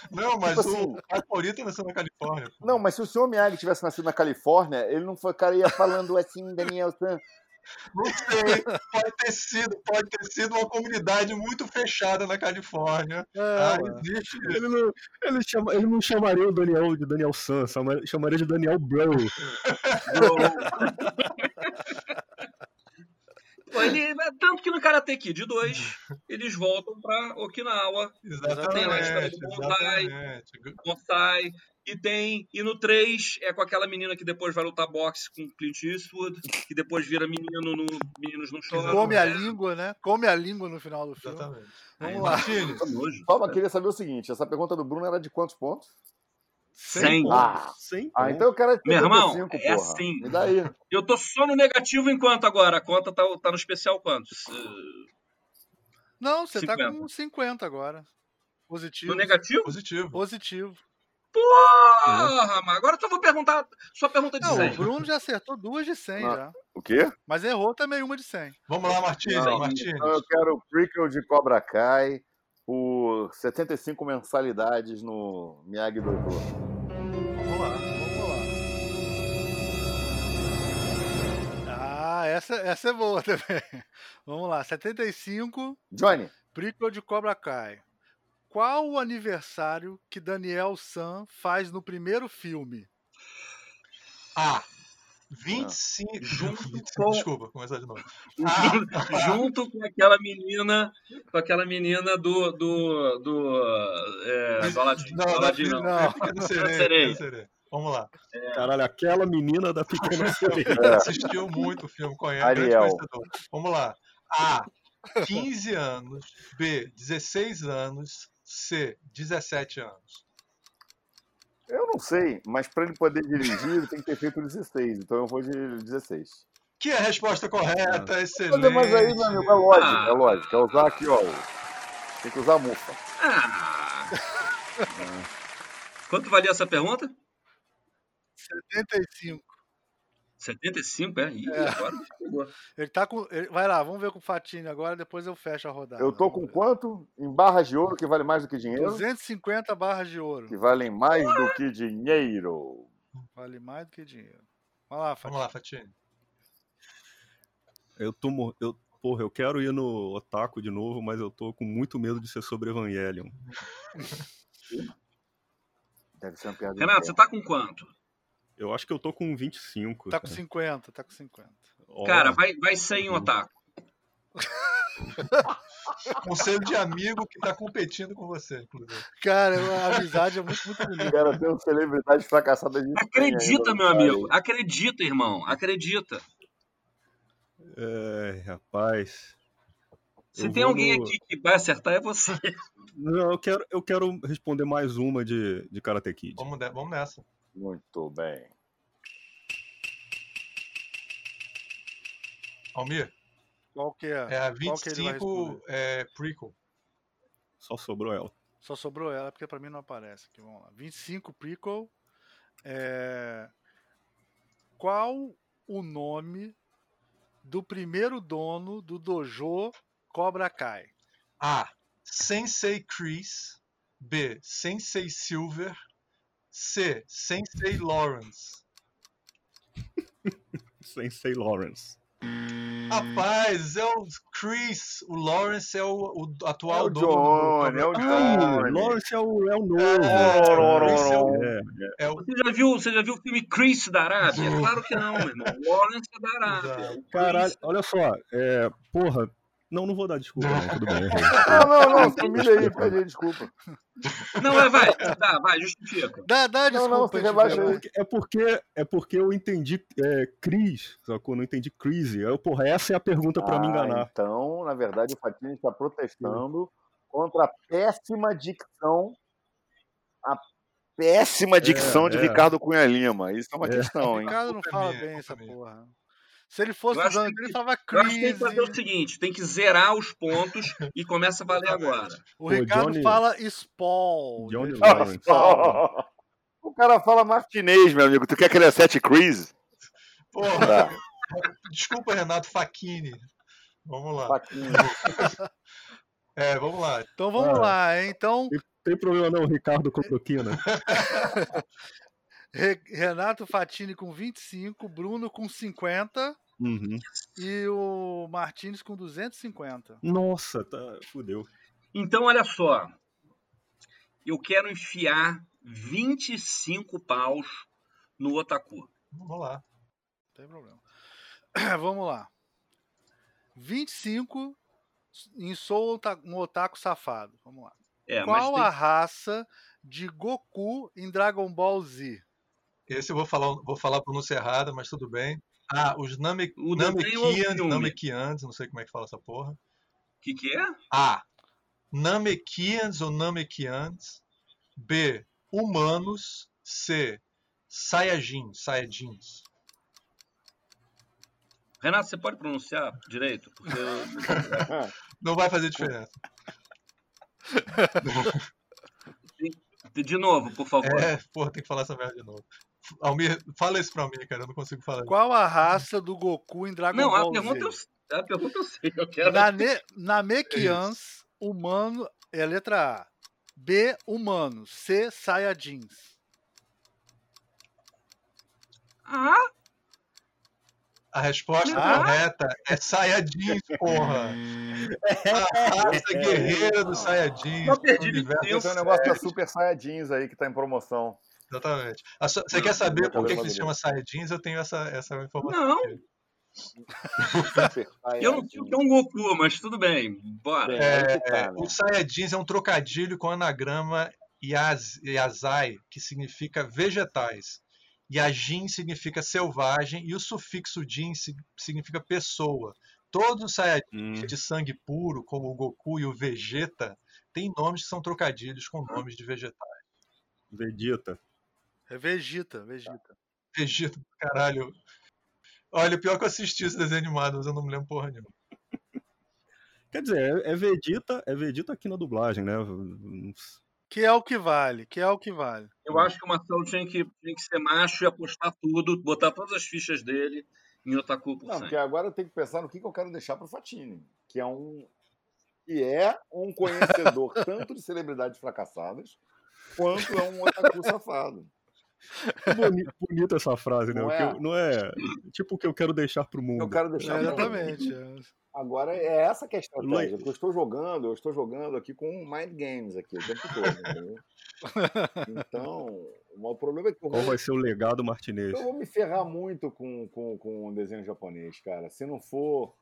Speaker 5: Não, mas
Speaker 2: Tipo
Speaker 5: o favorito nasceu na Califórnia. pô.
Speaker 2: Não, mas se o senhor Miyagi tivesse nascido na Califórnia, ele não foi, cara, ia falando assim, Daniel San.
Speaker 5: Não sei, pode ter sido, pode ter sido uma comunidade muito fechada na Califórnia.
Speaker 1: É,
Speaker 5: Ah, existe.
Speaker 4: Ele não, ele chama- ele não chamaria o Daniel de Daniel San, chama- chamaria de Daniel Bro.
Speaker 3: Pô, ele- é tanto que no Karate Kid 2, eles voltam pra Okinawa, tem lá a história
Speaker 5: Exatamente,
Speaker 3: do Bonsai.
Speaker 5: exatamente.
Speaker 3: Bonsai, e tem, e no 3 é com aquela menina que depois vai lutar boxe com Clint Eastwood, que depois vira menino no Meninos no Show.
Speaker 5: Exatamente.
Speaker 1: Come a língua, né? Come a língua no final do filme.
Speaker 5: Exatamente.
Speaker 1: Vamos
Speaker 5: Aí,
Speaker 1: lá.
Speaker 5: Martini,
Speaker 3: Nojo.
Speaker 2: Só mas queria saber o seguinte: essa pergunta do Bruno era de quantos pontos?
Speaker 3: 100.
Speaker 2: Ah,
Speaker 4: Sem
Speaker 2: ah, então eu quero
Speaker 3: Meu irmão,
Speaker 2: 85,
Speaker 3: é
Speaker 2: porra.
Speaker 3: assim.
Speaker 2: Me dá aí.
Speaker 3: Eu tô só no negativo enquanto agora. A conta tá, tá no especial quantos? Eh,
Speaker 1: Não, você tá
Speaker 3: 50.
Speaker 1: com 50 agora. Positivo.
Speaker 3: No negativo?
Speaker 5: Positivo.
Speaker 1: Positivo.
Speaker 3: Porra, mas agora eu só vou perguntar. Só pergunta de
Speaker 1: Não, o
Speaker 3: 100.
Speaker 1: Bruno já acertou duas de 100
Speaker 2: Não.
Speaker 1: já.
Speaker 2: O quê?
Speaker 1: Mas errou também uma de 100.
Speaker 5: Vamos lá, Martins.
Speaker 2: Não.
Speaker 5: Martins.
Speaker 2: Então eu quero o prequel de Cobra Kai por 75 mensalidades no Miyagi Doidô.
Speaker 1: Vamos lá, vamos lá. Ah, essa, essa é boa também. Vamos lá, 75,
Speaker 2: Johnny,
Speaker 1: prequel de Cobra Kai. Qual o aniversário que Daniel San faz no primeiro filme?
Speaker 5: A. 25.
Speaker 3: Junto
Speaker 5: 25,
Speaker 3: com-
Speaker 5: Desculpa, começar de novo. Ah,
Speaker 3: Junto com aquela menina. Com aquela menina do. do. do. É, do Aladdin.
Speaker 5: Não,
Speaker 3: Do
Speaker 5: da
Speaker 3: Aladdin, não.
Speaker 1: Não,
Speaker 5: Fica no
Speaker 3: Não,
Speaker 5: sereia.
Speaker 3: sereia.
Speaker 5: no sereia. Vamos lá.
Speaker 4: Caralho, aquela menina da pequena sereia.
Speaker 5: Assistiu muito o filme, conhece. grande
Speaker 2: É. Ariel.
Speaker 5: conhecedor. Vamos lá. A. 15 anos. B. 16 anos. C. 17 anos.
Speaker 2: eu não sei, mas pra ele poder dirigir, ele tem que ter feito 16. Então eu vou de 16.
Speaker 5: Que é a resposta correta,
Speaker 2: Mas,
Speaker 5: excelente.
Speaker 2: é- mas aí, meu amigo, é lógico, é lógico. É usar aqui, ó. o- Tem que usar a mufa.
Speaker 3: Ah. Quanto valia essa pergunta?
Speaker 1: 75.
Speaker 3: 75, é? Ih,
Speaker 1: É.
Speaker 3: agora pegou.
Speaker 1: Ele tá com. ele- vai lá, vamos ver com o Fatini agora, depois eu fecho a rodada.
Speaker 2: Eu tô com
Speaker 1: Vamos ver.
Speaker 2: quanto? Em barras de ouro que vale mais do que dinheiro?
Speaker 1: 250 barras de ouro.
Speaker 2: Que valem mais do que dinheiro.
Speaker 1: Vale mais do que dinheiro. Vai lá, Fatini.
Speaker 5: Vamos lá, Fatini.
Speaker 4: Eu tô mor- eu, Porra, eu quero ir no Otaku de novo, mas eu tô com muito medo de ser sobre Evangelion.
Speaker 2: Deve ser uma piada.
Speaker 3: Renato, você
Speaker 2: interna.
Speaker 3: tá com quanto?
Speaker 4: Eu acho que eu tô com 25.
Speaker 1: Tá com 50, tá com 50.
Speaker 4: Ó,
Speaker 3: Cara, vai, vai sem um ataque.
Speaker 5: Conselho de amigo que tá competindo com você, inclusive.
Speaker 1: Cara, a amizade é muito, muito bonita.
Speaker 2: O cara tem uma celebridade fracassada de.
Speaker 3: Acredita,
Speaker 2: ainda,
Speaker 3: meu
Speaker 2: cara.
Speaker 3: amigo. Acredita, irmão. Acredita.
Speaker 4: É, rapaz.
Speaker 3: Se
Speaker 4: Eu
Speaker 3: tem
Speaker 4: vou
Speaker 3: alguém
Speaker 4: no-
Speaker 3: aqui que vai acertar, é você.
Speaker 4: Não, eu quero, eu quero responder mais uma de, de Karate Kid.
Speaker 5: Vamos, ne- vamos nessa.
Speaker 2: Muito bem.
Speaker 5: Almir,
Speaker 1: Qual que é?
Speaker 5: é a
Speaker 1: Qual que ele vai
Speaker 5: 25
Speaker 1: responder?
Speaker 5: é, prequel.
Speaker 4: Só sobrou ela.
Speaker 1: Só sobrou ela, porque pra mim não aparece. Aqui, vamos lá. 25 prequel. É, Qual o nome do primeiro dono do dojo Cobra Kai?
Speaker 5: A. Sensei Chris. B. Sensei Silver. C. Sensei Lawrence.
Speaker 4: Sensei Lawrence.
Speaker 1: Hum.
Speaker 5: Rapaz, é o Chris. O Lawrence é o, o
Speaker 2: É
Speaker 5: atual
Speaker 2: o
Speaker 5: dono do-
Speaker 2: Johnny, é o
Speaker 4: Ah,
Speaker 2: Johnny.
Speaker 4: Lawrence é o, é o novo.
Speaker 2: Lawrence.
Speaker 4: É,
Speaker 5: É o
Speaker 3: Você já viu, você já viu o filme Chris da Arábia? Claro que não, meu irmão. Lawrence é da Arábia. O Chris-
Speaker 4: caralho, olha só. É, porra. Não, não vou dar desculpa, não. Tudo bem. errei.
Speaker 2: Não, não, não, família aí, pede aí, desculpa.
Speaker 3: Não, vai, vai. Dá, vai, justifica.
Speaker 1: Dá, dá
Speaker 2: Não,
Speaker 1: desculpa.
Speaker 2: não, você
Speaker 1: a gente
Speaker 2: rebaixa
Speaker 1: vai-
Speaker 2: aí.
Speaker 4: É porque, é porque eu entendi é, Cris, sacou? Eu Não entendi Crise. Eu, porra, essa é a pergunta pra me
Speaker 2: Ah,
Speaker 4: enganar.
Speaker 2: Então, na verdade, o Fatini está protestando contra a péssima dicção. A péssima dicção de
Speaker 4: é.
Speaker 2: Ricardo Cunha Lima. Isso é uma
Speaker 4: É.
Speaker 2: questão, hein?
Speaker 1: Ricardo não
Speaker 5: Culpa
Speaker 1: fala
Speaker 5: minha,
Speaker 1: bem
Speaker 5: culpa
Speaker 1: essa
Speaker 5: minha.
Speaker 1: porra. Se ele fosse
Speaker 3: Eu
Speaker 1: o
Speaker 3: acho
Speaker 1: Dano,
Speaker 3: que-
Speaker 1: ele tava
Speaker 3: Eu acho que tem que
Speaker 1: crise.
Speaker 3: fazer o seguinte: tem que zerar os pontos e começa a valer agora.
Speaker 1: O
Speaker 4: Pô,
Speaker 1: Ricardo
Speaker 4: Johnny-
Speaker 1: fala Spall.
Speaker 4: Johnny
Speaker 1: ele fala
Speaker 4: Lawrence.
Speaker 1: Spawn.
Speaker 2: O cara fala martinez, meu amigo. Tu quer que ele acerte Chris?
Speaker 5: Porra,
Speaker 2: Tá.
Speaker 5: desculpa, Renato Faquini. Vamos lá.
Speaker 2: Fatini.
Speaker 5: É, vamos lá.
Speaker 1: Então vamos
Speaker 4: Ah.
Speaker 1: lá, hein? Então,
Speaker 4: Tem problema não, Ricardo Cloroquina.
Speaker 1: Re- Renato Fatini com 25, Bruno com 50
Speaker 4: Uhum.
Speaker 1: e o Martins com 250.
Speaker 4: Nossa, tá. Fudeu.
Speaker 3: Então, olha só. Eu quero enfiar 25 paus no Otaku.
Speaker 5: Vamos lá.
Speaker 1: Não tem problema. Vamos lá. 25 em Sou Ota- um Otaku Safado. Vamos lá.
Speaker 3: É, mas
Speaker 1: Qual
Speaker 3: tem-
Speaker 1: a raça de Goku em Dragon Ball Z?
Speaker 5: Esse eu vou falar, vou falar a pronúncia errada, mas tudo bem. Ah, os Name,
Speaker 3: O desenho ou o
Speaker 5: Namekians,
Speaker 3: filme?
Speaker 5: Namekians, não sei como é que fala essa porra.
Speaker 3: O que, que é?
Speaker 5: A. Namekians ou Namekians. B. Humanos. C. Saia jeans, saia jeans.
Speaker 3: Renato, você pode pronunciar direito? Porque eu-
Speaker 5: Não vai fazer diferença.
Speaker 3: De novo, por favor.
Speaker 5: É, porra, tem que falar essa merda de novo. Almir, fala isso pra mim, cara. Eu não consigo falar. isso.
Speaker 1: Qual a raça do Goku em Dragon
Speaker 3: Não, a
Speaker 1: Ball
Speaker 3: pergunta, é
Speaker 1: Z?
Speaker 3: eu, a pergunta eu sei. Eu quero.
Speaker 1: Nane,
Speaker 3: É
Speaker 1: Namekians, humano, é a letra A. B, humano. C, Saiyajins.
Speaker 3: Ah,
Speaker 5: A resposta
Speaker 1: Ah.
Speaker 5: correta é saia jeans, porra. A raça guerreira do saia jeans.
Speaker 3: Só perdi
Speaker 5: do universo-
Speaker 3: tempo.
Speaker 2: Tem um negócio da Super Saia Jeans aí que tá em promoção.
Speaker 5: Exatamente. A so- Você quer saber por que, que se
Speaker 2: Maravilha.
Speaker 5: chama saia jeans? Eu tenho essa, essa informação.
Speaker 3: não.
Speaker 2: Super Saia
Speaker 3: Eu não sei o
Speaker 2: Jeans.
Speaker 3: que é um Goku, mas tudo bem. Bora.
Speaker 2: Bem, aí que tá, né?
Speaker 5: O saia jeans é um trocadilho com o anagrama yaz- yazai, que significa vegetais. E a jin significa selvagem e o sufixo jin sig- significa pessoa. Todos os saiyajins de sangue puro, como o Goku e o Vegeta, têm nomes que são trocadilhos com nomes de vegetais.
Speaker 4: Vegeta.
Speaker 1: É Vegeta, Vegeta.
Speaker 5: Vegeta, caralho. Olha, pior é que eu assisti esse desenho animado, mas eu não me lembro porra nenhuma.
Speaker 4: Quer dizer, é, é Vegeta, é Vegeta aqui na dublagem, né? Não sei.
Speaker 1: Que é o que vale, que é o que vale.
Speaker 3: Eu acho que o Marcelo tinha que, tinha que ser macho e apostar tudo, botar todas as fichas dele em Otaku por
Speaker 2: Não,
Speaker 3: cento.
Speaker 2: porque agora eu tenho que pensar no que, que eu quero deixar para o Fatini, que é um que é um conhecedor tanto de celebridades fracassadas quanto é um otaku safado.
Speaker 4: Que boni- bonita essa frase, né?
Speaker 2: Não
Speaker 4: O que
Speaker 2: é?
Speaker 4: eu- Não é... Tipo o que eu quero deixar pro mundo.
Speaker 2: Eu quero deixar pra mim.
Speaker 1: Exatamente. é.
Speaker 2: Agora é essa que é a estratégia.
Speaker 4: Luiz.
Speaker 2: que eu estou jogando, eu estou jogando aqui com mind games aqui o tempo todo. entendeu? Então, o problema é que eu
Speaker 4: Qual
Speaker 2: vou,
Speaker 4: vai ser o legado Martinez?
Speaker 2: eu vou me ferrar muito com, com, com um desenho japonês, cara. Se não for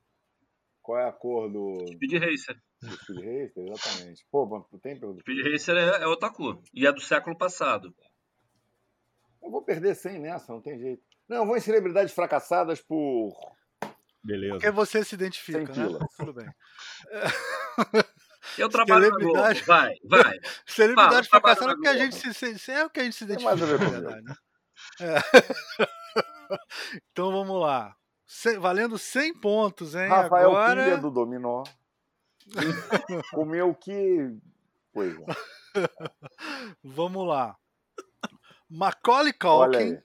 Speaker 2: qual é a cor do,
Speaker 3: Speed Racer.
Speaker 2: do Speed Racer, exatamente. Pô, mas tem pergunta.
Speaker 3: Speed Racer é, é Otaku. E é do século passado.
Speaker 2: Eu vou perder 100 nessa, não tem jeito. Não, eu vou em celebridades fracassadas por
Speaker 4: Beleza.
Speaker 1: Porque você se identifica,
Speaker 2: Sem
Speaker 1: né?
Speaker 2: pila.
Speaker 1: Tudo bem.
Speaker 3: Eu trabalho na Globo.
Speaker 1: Celebridade.
Speaker 3: Vai, vai.
Speaker 1: Celebridade
Speaker 3: Fala,
Speaker 1: fracassada
Speaker 3: trabalho
Speaker 1: porque a
Speaker 3: na
Speaker 1: gente se, se, se é o que a gente se
Speaker 2: Tem
Speaker 1: identifica.
Speaker 2: mais a
Speaker 1: na
Speaker 2: ver comigo.
Speaker 1: verdade, né? É. então vamos lá. Cem- valendo 100 pontos, hein?
Speaker 2: Rafael
Speaker 1: Agora.
Speaker 2: Pilha do Dominó. Comeu que é, coisa.
Speaker 1: Vamos lá. Macaulay
Speaker 2: Olha
Speaker 1: Culkin,
Speaker 2: aí.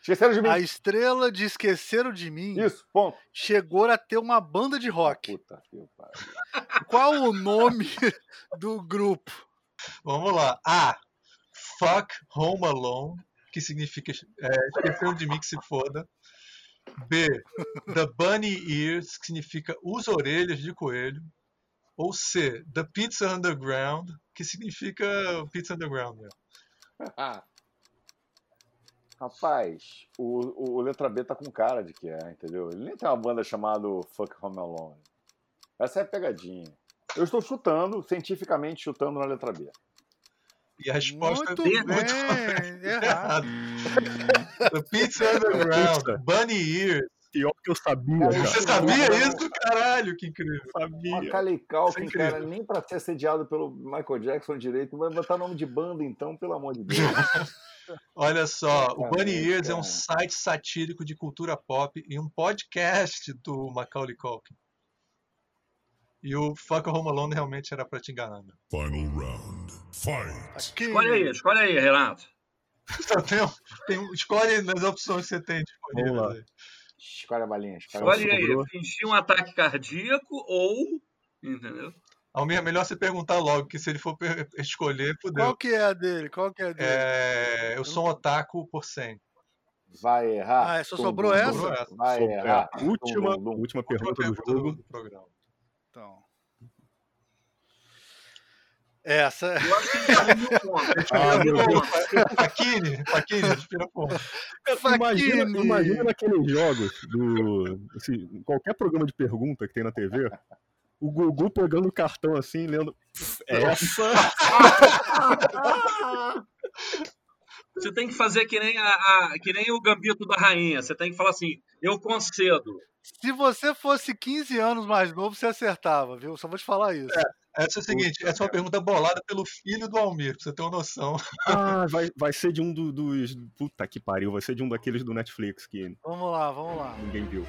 Speaker 2: Esqueceram de mim.
Speaker 1: a estrela de Esqueceram de Mim,
Speaker 2: Isso, ponto.
Speaker 1: chegou a ter uma banda de rock.
Speaker 2: Puta que pariu.
Speaker 1: Qual o nome do grupo?
Speaker 5: Vamos lá. A. Fuck Home Alone, que significa é, esqueceu de mim que se foda. B. The Bunny Ears, que significa os orelhas de coelho. Ou C. The Pizza Underground, que significa Pizza Underground. Né?
Speaker 2: Rapaz, o, o letra B tá com cara de que é, entendeu? Ele nem tem uma banda chamada Fuck Home Alone. Essa é a pegadinha. Eu estou chutando, cientificamente chutando na letra B.
Speaker 5: E a resposta
Speaker 1: Muito
Speaker 5: é
Speaker 1: bem,
Speaker 5: muito
Speaker 1: errado.
Speaker 5: errada. The Pizza Underground,
Speaker 4: Pizza.
Speaker 5: Bunny Ears.
Speaker 4: Pior que eu sabia,
Speaker 2: Cara,
Speaker 5: Você
Speaker 4: cara.
Speaker 5: sabia isso? Caralho, que incrível.
Speaker 4: Sabia.
Speaker 2: Macaulay
Speaker 5: Isso é
Speaker 2: Culkin,
Speaker 5: incrível.
Speaker 2: cara, nem pra ser assediado pelo Michael Jackson direito, vai botar nome de banda então, pelo amor de Deus.
Speaker 5: Olha só, o
Speaker 2: Exatamente,
Speaker 5: Bunny Ears é um
Speaker 2: cara.
Speaker 5: site satírico de cultura pop e um podcast do Macaulay Culkin. E o Fuck Home Alone realmente era pra te enganar, meu.
Speaker 8: Final round. Fight.
Speaker 1: Aqui,
Speaker 3: Escolhe aí, escolhe aí, Renato.
Speaker 5: Só tem, um, tem- escolhe nas opções que você tem
Speaker 4: Vamos
Speaker 5: disponíveis. aí.
Speaker 2: Escolha a balinha, escolhe a
Speaker 3: Escolhe
Speaker 2: balinha.
Speaker 3: aí.
Speaker 4: sobrou.
Speaker 3: Fingir um ataque cardíaco ou. Entendeu?
Speaker 5: Almir, é melhor você perguntar logo, que se ele for per- escolher, fudeu.
Speaker 1: Qual que é a dele? Qual que é a dele?
Speaker 5: É, eu sou um otaku por 100.
Speaker 2: Vai errar.
Speaker 1: Ah, só sobrou essa?
Speaker 5: Sobrou essa.
Speaker 2: Vai
Speaker 4: Sobre- é,
Speaker 2: errar.
Speaker 4: última,
Speaker 2: Dum, dum, dum.
Speaker 5: Última
Speaker 4: última pergunta do
Speaker 5: pergunta do-
Speaker 4: jogo.
Speaker 5: do programa.
Speaker 1: Então. Essa
Speaker 3: Eu acho que ele perdeu um ponto.
Speaker 4: Ah,
Speaker 3: Ele
Speaker 4: meu
Speaker 3: perdeu um ponto.
Speaker 5: Paquini, Paquini, respira fundo.
Speaker 4: Imagina,
Speaker 1: Faquini.
Speaker 4: imagina naqueles jogos do. assim, qualquer programa de pergunta que tem na TV, o Gugu pegando o cartão é assim, lendo. "Pff, Essa.
Speaker 3: Você tem que fazer que nem, a, a- que nem o gambito da rainha. Você tem que falar assim: eu concedo.
Speaker 1: Se você fosse 15 anos mais novo, você acertava, viu? Só vou te falar isso.
Speaker 5: Essa é a seguinte, essa é uma pergunta bolada pelo filho do Almir, pra você ter uma noção.
Speaker 4: Ah, vai, vai ser de um do- dos. Puta que pariu, vai ser de um daqueles do Netflix que
Speaker 1: Vamos lá, vamos lá.
Speaker 4: ninguém viu.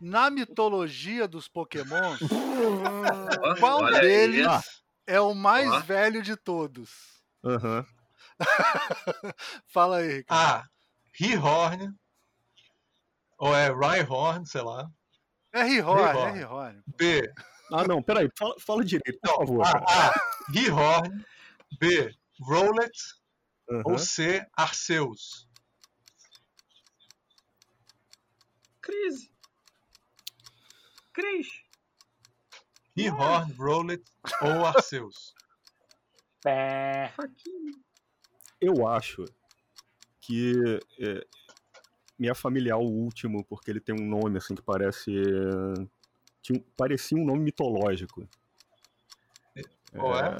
Speaker 1: Na mitologia dos Pokémon,
Speaker 3: Ó,
Speaker 1: qual
Speaker 3: olha aí.
Speaker 1: deles é o mais
Speaker 3: Ó.
Speaker 1: velho de todos?
Speaker 4: Aham.
Speaker 1: Fala aí, Ricardo.
Speaker 5: A. Rihorn. Ou é Rhyhorn, sei lá.
Speaker 2: Ah,
Speaker 1: É Rihorn, é
Speaker 5: Rihorn.
Speaker 1: Rihorn.
Speaker 5: B.
Speaker 4: Ah, não, peraí, fala, fala direito, por favor.
Speaker 5: A. a Rihorn. B. Rowlet.
Speaker 4: Aham.
Speaker 5: Ou C. Arceus.
Speaker 3: Cris. Cris.
Speaker 5: Hum. Rihorn, Rowlet ou Arceus.
Speaker 4: Eu acho que é, minha familiar o último, porque ele tem um nome assim que parece. é, tinha um- parecia um nome mitológico.
Speaker 5: Qual é?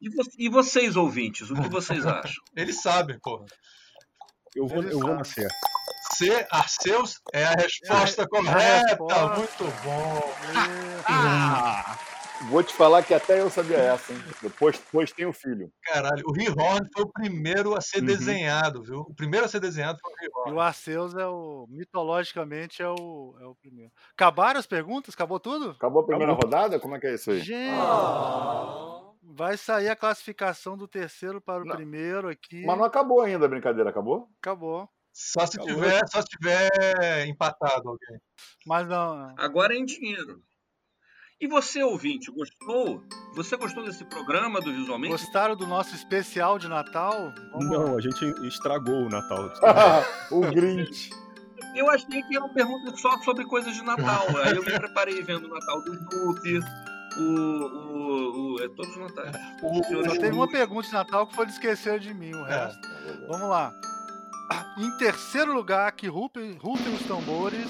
Speaker 3: E, vo- e vocês, ouvintes, o que vocês acham?
Speaker 5: Eles sabem, porra.
Speaker 4: Eu vou,
Speaker 1: Ele
Speaker 4: eu vou
Speaker 1: sabe.
Speaker 4: nascer.
Speaker 5: C. Arceus é a resposta correta.
Speaker 1: resposta.
Speaker 5: Muito bom.
Speaker 2: Ah! Vou te falar que até eu sabia essa, hein? Depois, depois tem o filho.
Speaker 5: Caralho, o Rihorn foi o primeiro a ser
Speaker 4: Uhum.
Speaker 5: desenhado, viu? O primeiro a ser desenhado foi o
Speaker 1: E
Speaker 5: Rihorn.
Speaker 1: o Arceus é o. mitologicamente é o, é o primeiro. Acabaram as perguntas? Acabou tudo?
Speaker 2: Acabou a primeira rodada? Como é que é isso aí?
Speaker 1: Gente! Vai sair a classificação do terceiro para o
Speaker 2: Não.
Speaker 1: primeiro aqui.
Speaker 2: Mas não acabou ainda a brincadeira, acabou?
Speaker 1: Acabou.
Speaker 5: Só
Speaker 4: Tá
Speaker 5: se, tiver, só se tiver empatado alguém.
Speaker 1: Mas não.
Speaker 3: Agora é em dinheiro. E você, ouvinte, gostou? Você gostou desse programa do Visualmente?
Speaker 1: Gostaram do nosso especial de Natal? Vamos lá.
Speaker 4: Não, a gente estragou o Natal.
Speaker 2: o Grinch.
Speaker 3: Eu achei que era uma pergunta só sobre coisas de Natal. Aí eu me preparei vendo o Natal do Snoopy, o. o, o- é todos os Natais.
Speaker 5: O-
Speaker 1: Só teve
Speaker 5: o-
Speaker 1: uma pergunta de Natal que foi de esquecer de mim, o resto. Vamos lá. Em terceiro lugar, que rufem rufem os tambores,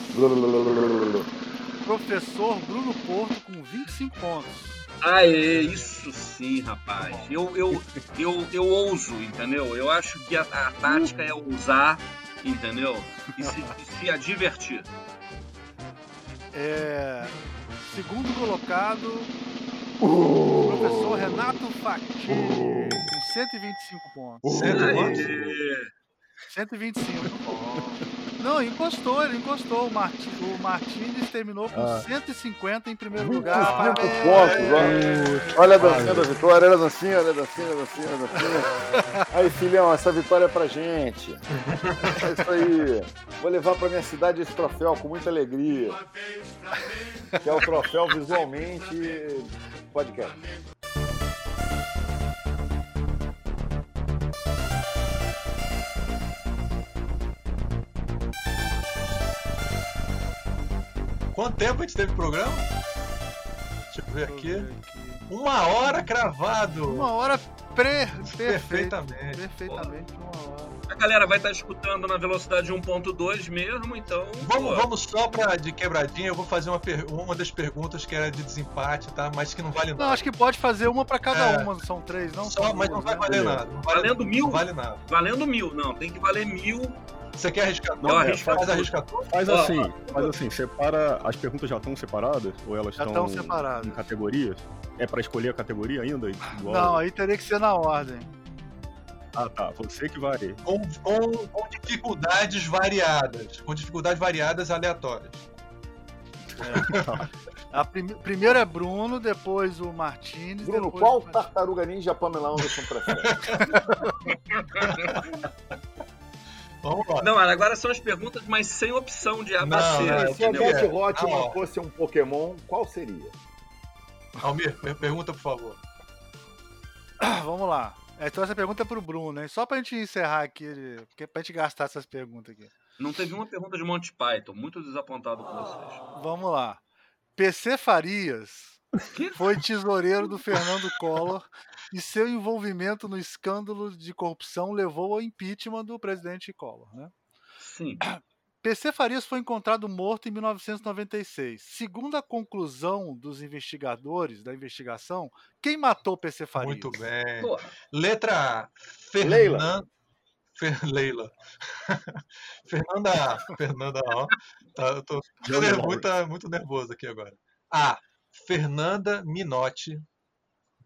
Speaker 1: professor Bruno Porto com 25 pontos.
Speaker 3: Ah, é, isso sim, rapaz. Eu, eu, eu, eu ouso, entendeu? Eu acho que a, a tática é ousar, entendeu? E se, e se a divertir.
Speaker 1: É, segundo colocado, professor Renato Facchini, com 125 pontos.
Speaker 5: Cento e quantos?
Speaker 3: Aê.
Speaker 1: 125. Não, encostou, ele encostou. O, Marti, o Martinez terminou com 150 em primeiro lugar. Parabéns!
Speaker 2: pontos, olha. Olha a dancinha da vitória, olha a dancinha, olha a dancinha, olha a dancinha, olha a dancinha. Aí, filhão, essa vitória é pra gente. É isso aí. Vou levar pra minha cidade esse troféu com muita alegria. Que é o troféu visualmente podcast.
Speaker 5: Quanto tempo a gente teve programa? Deixa eu ver
Speaker 1: Deixa eu
Speaker 5: aqui.
Speaker 1: ver aqui.
Speaker 5: Uma hora cravado.
Speaker 1: Uma hora pre perfeita.
Speaker 5: Perfeitamente.
Speaker 1: Perfeitamente uma hora.
Speaker 3: A galera vai estar escutando na velocidade 1.2 mesmo, então.
Speaker 5: Vamos,
Speaker 3: pô,
Speaker 5: vamos só pra de quebradinha. Eu vou fazer uma, per- uma das perguntas que era de desempate, tá? Mas que não vale
Speaker 1: Não,
Speaker 5: nada.
Speaker 1: acho que pode fazer uma pra cada
Speaker 5: É.
Speaker 1: uma, não são três, não?
Speaker 5: Só,
Speaker 1: São
Speaker 5: mas não tá
Speaker 1: duas,
Speaker 5: vai
Speaker 1: né?
Speaker 5: valer nada. Não vale,
Speaker 3: Valendo mil?
Speaker 5: Não vale nada.
Speaker 3: Valendo mil, não. Tem que valer mil.
Speaker 5: Você quer arriscar?
Speaker 3: eu
Speaker 5: né?
Speaker 3: arrisco
Speaker 5: Faz
Speaker 3: tudo.
Speaker 5: arriscar tudo.
Speaker 4: Faz
Speaker 3: Ó,
Speaker 4: assim, faz assim, separa. As perguntas já estão separadas? Ou elas
Speaker 1: Já
Speaker 4: estão
Speaker 1: estão
Speaker 2: Então,
Speaker 1: separadas.
Speaker 4: em categorias? É pra escolher a categoria ainda? Igual?
Speaker 1: Não, aí teria que ser na ordem.
Speaker 4: Ah, tá. Você que vai.
Speaker 5: com, com- com dificuldades variadas. Com dificuldades variadas aleatórias.
Speaker 1: A prime- Primeiro é Bruno, depois o Martins.
Speaker 2: Bruno,
Speaker 1: depois
Speaker 2: qual
Speaker 1: o-
Speaker 2: tartaruga ninja Pamela Anderson prefere?
Speaker 5: Vamos lá.
Speaker 3: Não, agora são as perguntas, mas sem opção de
Speaker 5: Não,
Speaker 3: abastecer,
Speaker 5: não,
Speaker 2: Se a
Speaker 5: não.
Speaker 3: entendeu?
Speaker 2: Cat Hotman
Speaker 5: Ah, ó.
Speaker 2: fosse um Pokémon, qual seria?
Speaker 5: Almir, per- pergunta, por favor.
Speaker 1: Vamos lá. Então essa pergunta é pro Bruno, hein? Só pra gente encerrar aqui, ele- porque- pra gente gastar essas perguntas aqui.
Speaker 3: Não teve uma pergunta de Monty Python. Muito desapontado com vocês.
Speaker 1: Vamos lá. PC Farias foi tesoureiro do Fernando Collor e seu envolvimento no escândalo de corrupção levou ao impeachment do presidente Collor, né?
Speaker 3: Sim.
Speaker 1: PC Farias foi encontrado morto em 1996. Segundo a conclusão dos investigadores da investigação, quem matou PC Farias?
Speaker 5: Muito bem.
Speaker 3: Pô.
Speaker 5: Letra A.
Speaker 2: Leila.
Speaker 5: Fernanda. Fer... Leila. Fernanda A. Fernanda A. ó. Tá, eu tô
Speaker 4: Johnny
Speaker 5: ner-
Speaker 4: Lawrence.
Speaker 5: muito, muito nervoso aqui agora. A. Fernanda Minotti.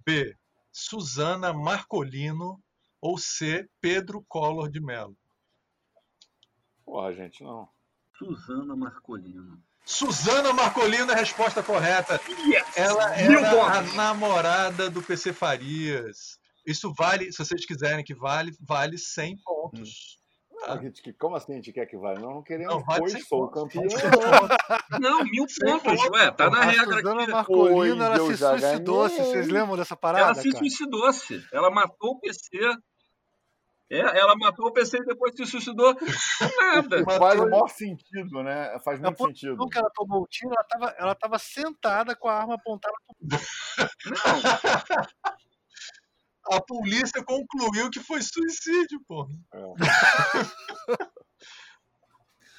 Speaker 5: B. Suzana Marcolino. Ou C. Pedro Collor de Mello.
Speaker 2: Porra, gente, não.
Speaker 3: Suzana Marcolino.
Speaker 5: Suzana Marcolino é a resposta correta. Ela
Speaker 3: Mil
Speaker 5: era a
Speaker 3: votos.
Speaker 5: namorada do PC Farias. Isso vale, se vocês quiserem que vale, vale 100 pontos.
Speaker 1: Ah.
Speaker 2: Não, gente, que- como assim a gente quer que vá? Não, não queremos
Speaker 5: Não,
Speaker 2: não,
Speaker 5: vai
Speaker 2: pois
Speaker 5: sem
Speaker 2: foi o
Speaker 5: foto,
Speaker 2: campeão.
Speaker 4: Hum.
Speaker 3: Não, mil
Speaker 5: Sem
Speaker 3: pontos.
Speaker 5: voto,
Speaker 3: Ué, tá na
Speaker 1: a
Speaker 3: regra
Speaker 1: Suzana
Speaker 3: aqui.
Speaker 1: Marcolino,
Speaker 2: Oi,
Speaker 1: ela
Speaker 2: eu
Speaker 1: se
Speaker 2: já
Speaker 1: suicidou.
Speaker 2: ganhei.
Speaker 1: Vocês lembram dessa parada?
Speaker 3: Ela se
Speaker 1: cara?
Speaker 3: suicidou-se. Ela matou o PC. É, ela matou o PC e depois se suicidou. Nada.
Speaker 2: Faz o maior sentido, né? Faz
Speaker 1: Na
Speaker 2: muito sentido.
Speaker 1: posição que ela tomou o tiro, ela tava, ela tava sentada com a arma apontada.
Speaker 3: Não,
Speaker 5: A polícia concluiu que foi suicídio, pô.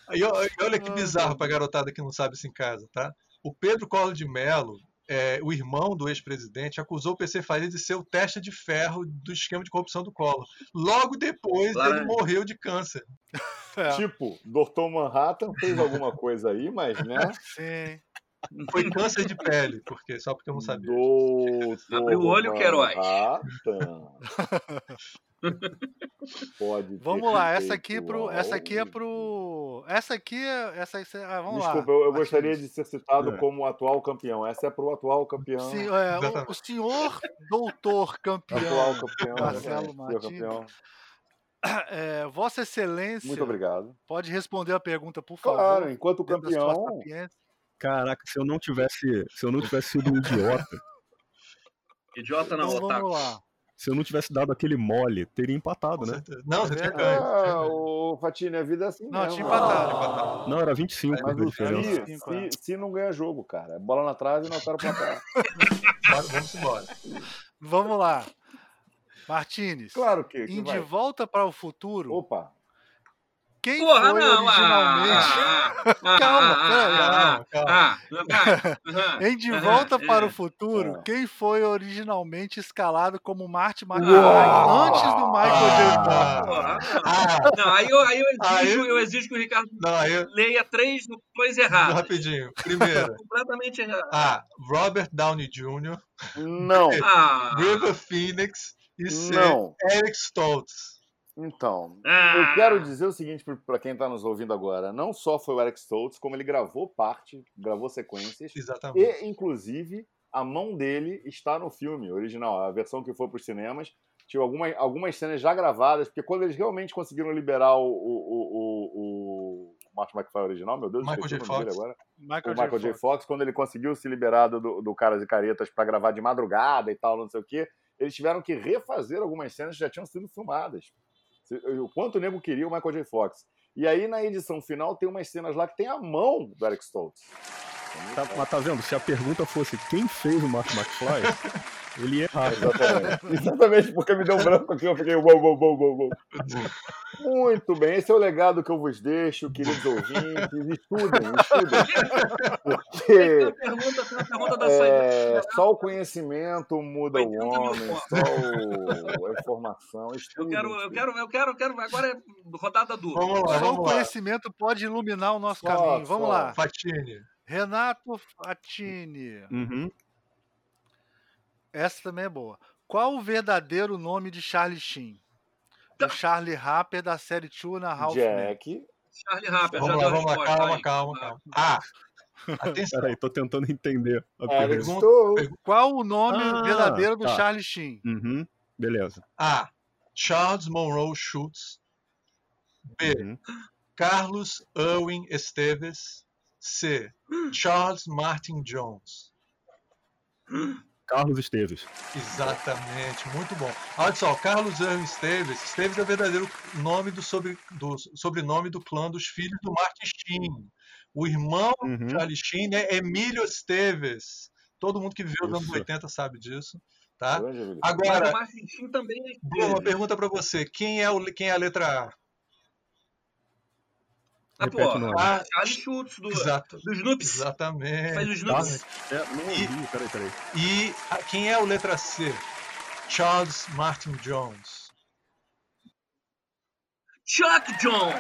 Speaker 5: Aí, ó, e olha que bizarro pra garotada que não sabe isso em casa, tá? O Pedro Collor de Mello, é, o irmão do ex-presidente, acusou o PC Faria de ser o teste de ferro do esquema de corrupção do Collor. Logo depois,
Speaker 3: Laranja.
Speaker 5: ele morreu de câncer.
Speaker 1: É.
Speaker 2: Tipo, Dr. Manhattan fez alguma coisa aí, mas, né?
Speaker 1: Sim.
Speaker 5: Foi câncer de pele, porque só porque eu não sabia.
Speaker 2: Doutor
Speaker 3: Abre o olho, Queiroz.
Speaker 2: Manhattan. Pode ter
Speaker 1: Vamos lá,
Speaker 2: feito
Speaker 1: essa aqui pro, essa aqui é
Speaker 2: algo.
Speaker 1: pro, essa aqui é, essa aqui, ah, vamos
Speaker 2: Desculpa,
Speaker 1: lá.
Speaker 2: eu, eu gostaria de ser citado
Speaker 4: É.
Speaker 2: como atual campeão. Essa é pro atual campeão.
Speaker 1: Se- é, o,
Speaker 2: né?
Speaker 5: Exatamente.
Speaker 1: o senhor doutor campeão,
Speaker 2: Atual campeão.
Speaker 1: Marcelo
Speaker 2: exatamente,
Speaker 1: Martins.
Speaker 2: campeão.
Speaker 1: é, Vossa Excelência,
Speaker 2: Muito obrigado.
Speaker 1: pode responder a pergunta, por favor.
Speaker 2: Claro, enquanto
Speaker 1: dentro da sua
Speaker 2: campeão,
Speaker 1: sapiência.
Speaker 4: Caraca, se eu não tivesse, se eu não tivesse sido um idiota,
Speaker 3: idiota não,
Speaker 1: Então
Speaker 3: Otaku.
Speaker 1: vamos lá.
Speaker 4: se eu não tivesse dado aquele mole, teria empatado,
Speaker 5: Com
Speaker 4: né?
Speaker 5: certeza. Não, você tinha ganho.
Speaker 2: Ah, o Fatini, a vida é assim
Speaker 1: Não,
Speaker 2: mesmo.
Speaker 1: tinha empatado. né?
Speaker 4: Não, era 25
Speaker 2: Mas
Speaker 4: a
Speaker 2: o
Speaker 4: diferença.
Speaker 1: Rio-
Speaker 2: se, se, se não ganha jogo, cara. Bola na trave e não para pra cá.
Speaker 5: Bora, Vamos embora.
Speaker 1: Vamos lá. Martinez,
Speaker 2: Claro que. que
Speaker 1: em De
Speaker 2: vai.
Speaker 1: Volta para o Futuro,
Speaker 2: Opa.
Speaker 1: quem
Speaker 3: Porra,
Speaker 1: foi
Speaker 3: não.
Speaker 1: originalmente...
Speaker 3: Ah, ah, ah,
Speaker 1: Calma,
Speaker 3: ah,
Speaker 1: peraí.
Speaker 3: ah,
Speaker 5: Calma, calma.
Speaker 3: ah, ah, ah, ah.
Speaker 1: Em De
Speaker 3: Aham,
Speaker 1: Volta
Speaker 3: é.
Speaker 1: para o Futuro,
Speaker 2: Ah.
Speaker 1: quem foi originalmente escalado como Marty McFly
Speaker 2: Uau!
Speaker 1: antes do
Speaker 2: Ah!
Speaker 1: Michael J. Fox?
Speaker 3: Porra, não.
Speaker 5: Ah,
Speaker 3: Não, aí eu, aí eu exijo,
Speaker 5: Aí-
Speaker 3: eu exijo que o Ricardo
Speaker 5: não, aí, eu-
Speaker 3: leia três opções erradas.
Speaker 5: rapidinho. Primeiro,
Speaker 3: Completamente errado.
Speaker 5: A. Robert Downey Jr.,
Speaker 2: Não.
Speaker 3: Ah,
Speaker 5: River Phoenix e C.
Speaker 2: Não.
Speaker 5: Eric Stoltz.
Speaker 2: Então.
Speaker 3: ah.
Speaker 2: Eu quero dizer o seguinte pra- pra quem tá nos ouvindo agora. Não só foi o Eric Stoltz, como ele gravou parte, gravou sequências.
Speaker 5: Exatamente.
Speaker 2: E, inclusive, a mão dele está no filme original, a versão que foi para os cinemas. Tinha alguma, algumas cenas já gravadas, porque quando eles realmente conseguiram liberar o, o, o, o, o Martin McFly original, meu Deus,
Speaker 5: Michael
Speaker 2: esqueci
Speaker 5: J.
Speaker 2: o nome
Speaker 5: Fox.
Speaker 2: dele agora.
Speaker 1: Michael,
Speaker 2: o Michael J.
Speaker 1: Fox.
Speaker 2: Fox, quando ele conseguiu se liberar do, do Caras e Caretas para gravar de madrugada e tal, não sei o quê, eles tiveram que refazer algumas cenas que já tinham sido filmadas. Se- O quanto o nego queria o Michael J. Fox. E aí, na edição final, tem umas cenas lá que tem a mão do Eric Stoltz.
Speaker 4: Tá, mas tá vendo? Se a pergunta fosse quem fez o Mark McFly, ele ia errar.
Speaker 2: Exatamente. Exatamente porque me deu um branco aqui, eu fiquei uou, uou, uou, uou, uou. Muito bem, esse é o legado que eu vos deixo, queridos ouvintes. Estudem, estudem. Porque
Speaker 3: Tem uma pergunta, tem uma pergunta da saída.
Speaker 2: é, só o conhecimento muda o
Speaker 3: 80 mil
Speaker 2: homem,
Speaker 3: pontos.
Speaker 2: só o- a informação.
Speaker 3: Eu
Speaker 2: Estudem,
Speaker 3: quero, eu
Speaker 2: estudem.
Speaker 3: quero, eu quero, eu quero. Agora é rodada dura.
Speaker 5: Vamos lá,
Speaker 1: Só o
Speaker 5: vamos lá.
Speaker 1: conhecimento pode iluminar o nosso
Speaker 2: Só,
Speaker 1: caminho. Vamos
Speaker 2: só.
Speaker 1: Então lá.
Speaker 5: Fatine.
Speaker 1: Renato Fatini.
Speaker 4: Uhum.
Speaker 1: Essa também é boa. Qual o verdadeiro nome de Charlie Sheen? O Charlie Harper da série Two
Speaker 3: um
Speaker 1: na
Speaker 3: né?
Speaker 1: Half-Man.
Speaker 2: Jack.
Speaker 3: Charlie Rapper, já
Speaker 5: Vamos lá,
Speaker 3: deu a
Speaker 5: vamos lá.
Speaker 3: resposta
Speaker 5: Calma,
Speaker 3: aí.
Speaker 5: calma, calma. A. Atenção.
Speaker 4: Peraí, tô tentando entender a
Speaker 2: Eric
Speaker 4: pergunta.
Speaker 2: Stoltz.
Speaker 1: Qual o nome
Speaker 4: Ah,
Speaker 1: verdadeiro do
Speaker 4: tá.
Speaker 1: Charlie Sheen?
Speaker 4: Uhum. Beleza.
Speaker 5: A. Ah, Charles Monroe Schultz.
Speaker 2: É.
Speaker 5: B.
Speaker 4: Uhum.
Speaker 5: Carlos Irwin Esteves. C. Charles Martin Jones.
Speaker 4: Carlos Esteves.
Speaker 5: Exatamente, muito bom. Olha só, Carlos Irwin Esteves. Esteves é o verdadeiro nome do, sobre, do sobrenome do clã dos filhos do Martin Sheen. O irmão
Speaker 4: Uhum.
Speaker 5: Charlie Sheen é Emílio Esteves. Todo mundo que viveu nos anos
Speaker 4: Isso.
Speaker 5: 80 sabe disso, tá?
Speaker 2: Grande habilidade.
Speaker 3: Mas
Speaker 5: Agora,
Speaker 3: o Martin Sheen também é
Speaker 5: Bruno, uma
Speaker 3: dele.
Speaker 5: pergunta pra você. Quem é, o, quem é a letra A?
Speaker 3: Ah, pô,
Speaker 4: Repete o nome.
Speaker 3: ah, Charlie Schultz do,
Speaker 5: Exato.
Speaker 3: do Snoops. Faz
Speaker 5: Exatamente.
Speaker 3: o Snoops.
Speaker 4: É, não ouvi, peraí, peraí.
Speaker 5: E a- quem é o letra C? Charles Martin Jones.
Speaker 3: Chuck Jones!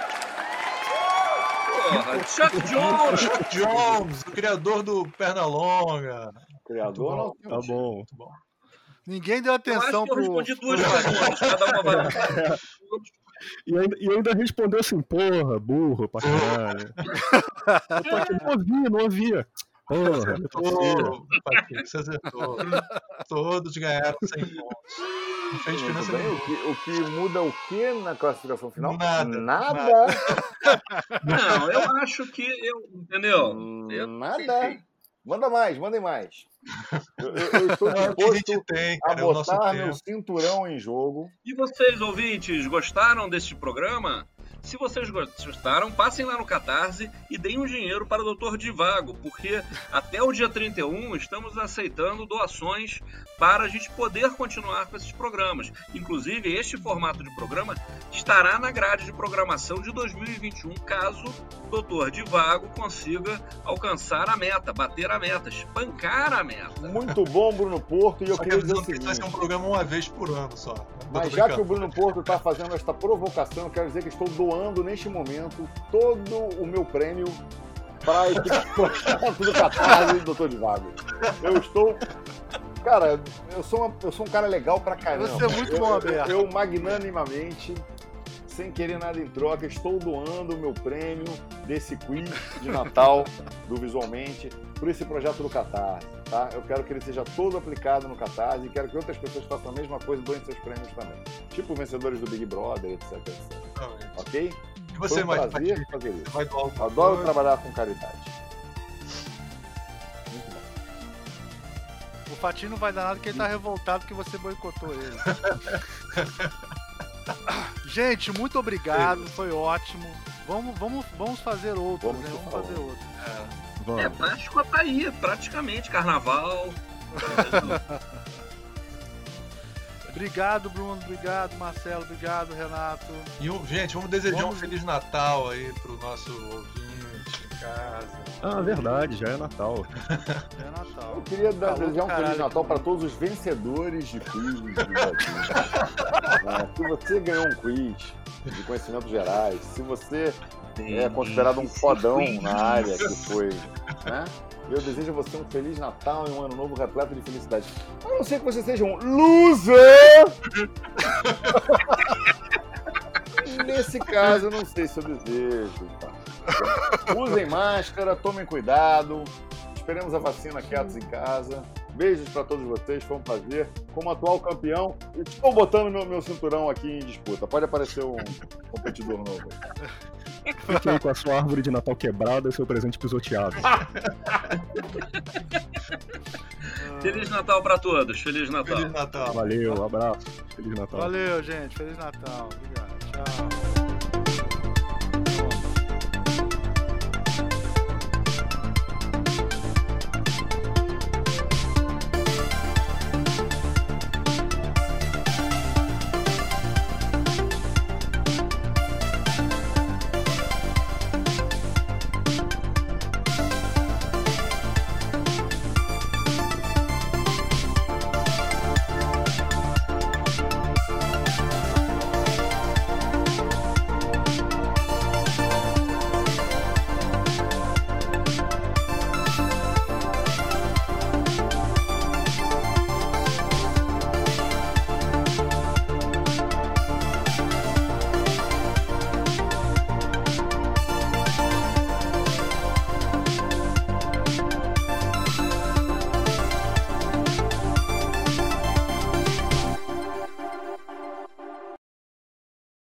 Speaker 3: Porra, Chuck Jones!
Speaker 5: Chuck Jones, o criador do Pernalonga.
Speaker 2: Criador não.
Speaker 4: Tá bom.
Speaker 1: Ninguém deu
Speaker 3: Eu acho
Speaker 1: atenção
Speaker 3: que eu
Speaker 1: pro.
Speaker 3: respondi duas perguntas, cada uma valendo.
Speaker 4: E ainda, e ainda respondeu assim, porra, burro, pra caralho. Eu tô aqui, não ouvia, não ouvia. Porra,
Speaker 5: Acertou, Patrick, você acertou. Todos ganharam 100 pontos. Não fez
Speaker 2: Muito
Speaker 5: diferença
Speaker 2: bem.
Speaker 5: nenhuma.
Speaker 2: O, que, o que muda o que na classificação final?
Speaker 5: Nada,
Speaker 2: Nada.
Speaker 3: Não, eu acho que eu. Entendeu? Eu-
Speaker 2: Nada. Manda mais, mandem mais. Eu, eu- eu estou
Speaker 5: É o que a gente
Speaker 2: disposto
Speaker 5: tem,
Speaker 2: a
Speaker 5: cara, é o nosso
Speaker 2: botar meu
Speaker 5: tempo.
Speaker 2: cinturão em jogo.
Speaker 3: E vocês, ouvintes, gostaram deste programa? Se vocês gostaram, passem lá no Catarse e deem um dinheiro para o Dr. Divago, porque até o dia 31 estamos aceitando doações para a gente poder continuar com esses programas. Inclusive, este formato de programa estará na grade de programação de 2021, caso o Dr. Divago consiga alcançar a meta, bater a meta, espancar a meta.
Speaker 2: Muito bom, Bruno Porto. E eu
Speaker 5: Só que
Speaker 2: queria dizer
Speaker 5: avisando
Speaker 2: o
Speaker 5: que isso vai ser um
Speaker 2: seguinte.
Speaker 5: programa uma vez por ano só. Eu tô
Speaker 2: Mas já que o
Speaker 5: brincando.
Speaker 2: Bruno Porto está fazendo esta provocação, eu quero dizer que estou doando neste momento todo o meu prêmio para a equipe de projeto do Catarse do Dr. Divago. Eu estou. Cara, eu sou, uma- eu sou um cara legal pra caramba.
Speaker 1: Você é muito bom, Alberto.
Speaker 2: Eu, eu magnanimamente, sem querer nada em troca, estou doando o meu prêmio desse quiz de Natal do Visualmente por esse projeto do Catarse, tá? Eu quero que ele seja todo aplicado no Catarse e quero que outras pessoas façam a mesma coisa e doem seus prêmios também. Tipo vencedores do Big Brother, etc, etc.
Speaker 5: Exatamente.
Speaker 2: Ok?
Speaker 5: tá E você,
Speaker 1: é
Speaker 2: Foi um
Speaker 5: mais
Speaker 2: prazer
Speaker 5: Patrick,
Speaker 2: fazer isso.
Speaker 5: você vai doar alguma
Speaker 2: Adoro
Speaker 5: coisa?
Speaker 2: trabalhar com caridade. Muito bom.
Speaker 1: O Fatinho não vai dar nada porque ele tá revoltado que você boicotou ele. Gente, muito obrigado, foi ótimo. Vamos, vamos, vamos fazer outros,
Speaker 2: Vamos
Speaker 1: né?
Speaker 2: que
Speaker 1: Vamos
Speaker 2: vamos.
Speaker 1: fazer outros.
Speaker 3: É,
Speaker 4: vamos.
Speaker 3: Páscoa tá aí, praticamente, carnaval.
Speaker 1: Obrigado, Bruno. Obrigado, Marcelo. Obrigado, Renato.
Speaker 5: E, um- gente, vamos desejar
Speaker 1: Vamos.
Speaker 5: um Feliz Natal aí pro nosso ouvinte em casa.
Speaker 4: Ah, verdade, já é Natal.
Speaker 1: É Natal.
Speaker 2: Eu queria dar,
Speaker 1: Calor do
Speaker 2: desejar um Feliz
Speaker 1: caralho.
Speaker 2: Natal para todos os vencedores de quiz do Brasil. É, se você ganhou um quiz de conhecimentos gerais, se você é considerado um fodão na área que foi, né? Eu desejo a você um Feliz Natal e um Ano Novo repleto de felicidade. A não ser que você seja um loser! Nesse caso, eu não sei se eu desejo. tá? Usem máscara, tomem cuidado, esperemos a vacina quietos em casa. Beijos para todos vocês, foi um prazer. Como atual campeão, estou botando meu, meu cinturão aqui em disputa. Pode aparecer um competidor novo.
Speaker 4: Fique aí com a sua árvore de Natal quebrada e seu presente pisoteado.
Speaker 3: Feliz Natal pra todos, Feliz Natal.
Speaker 5: Feliz Natal.
Speaker 4: Valeu, abraço. Feliz Natal.
Speaker 1: Valeu, gente. Feliz Natal. Obrigado. Tchau.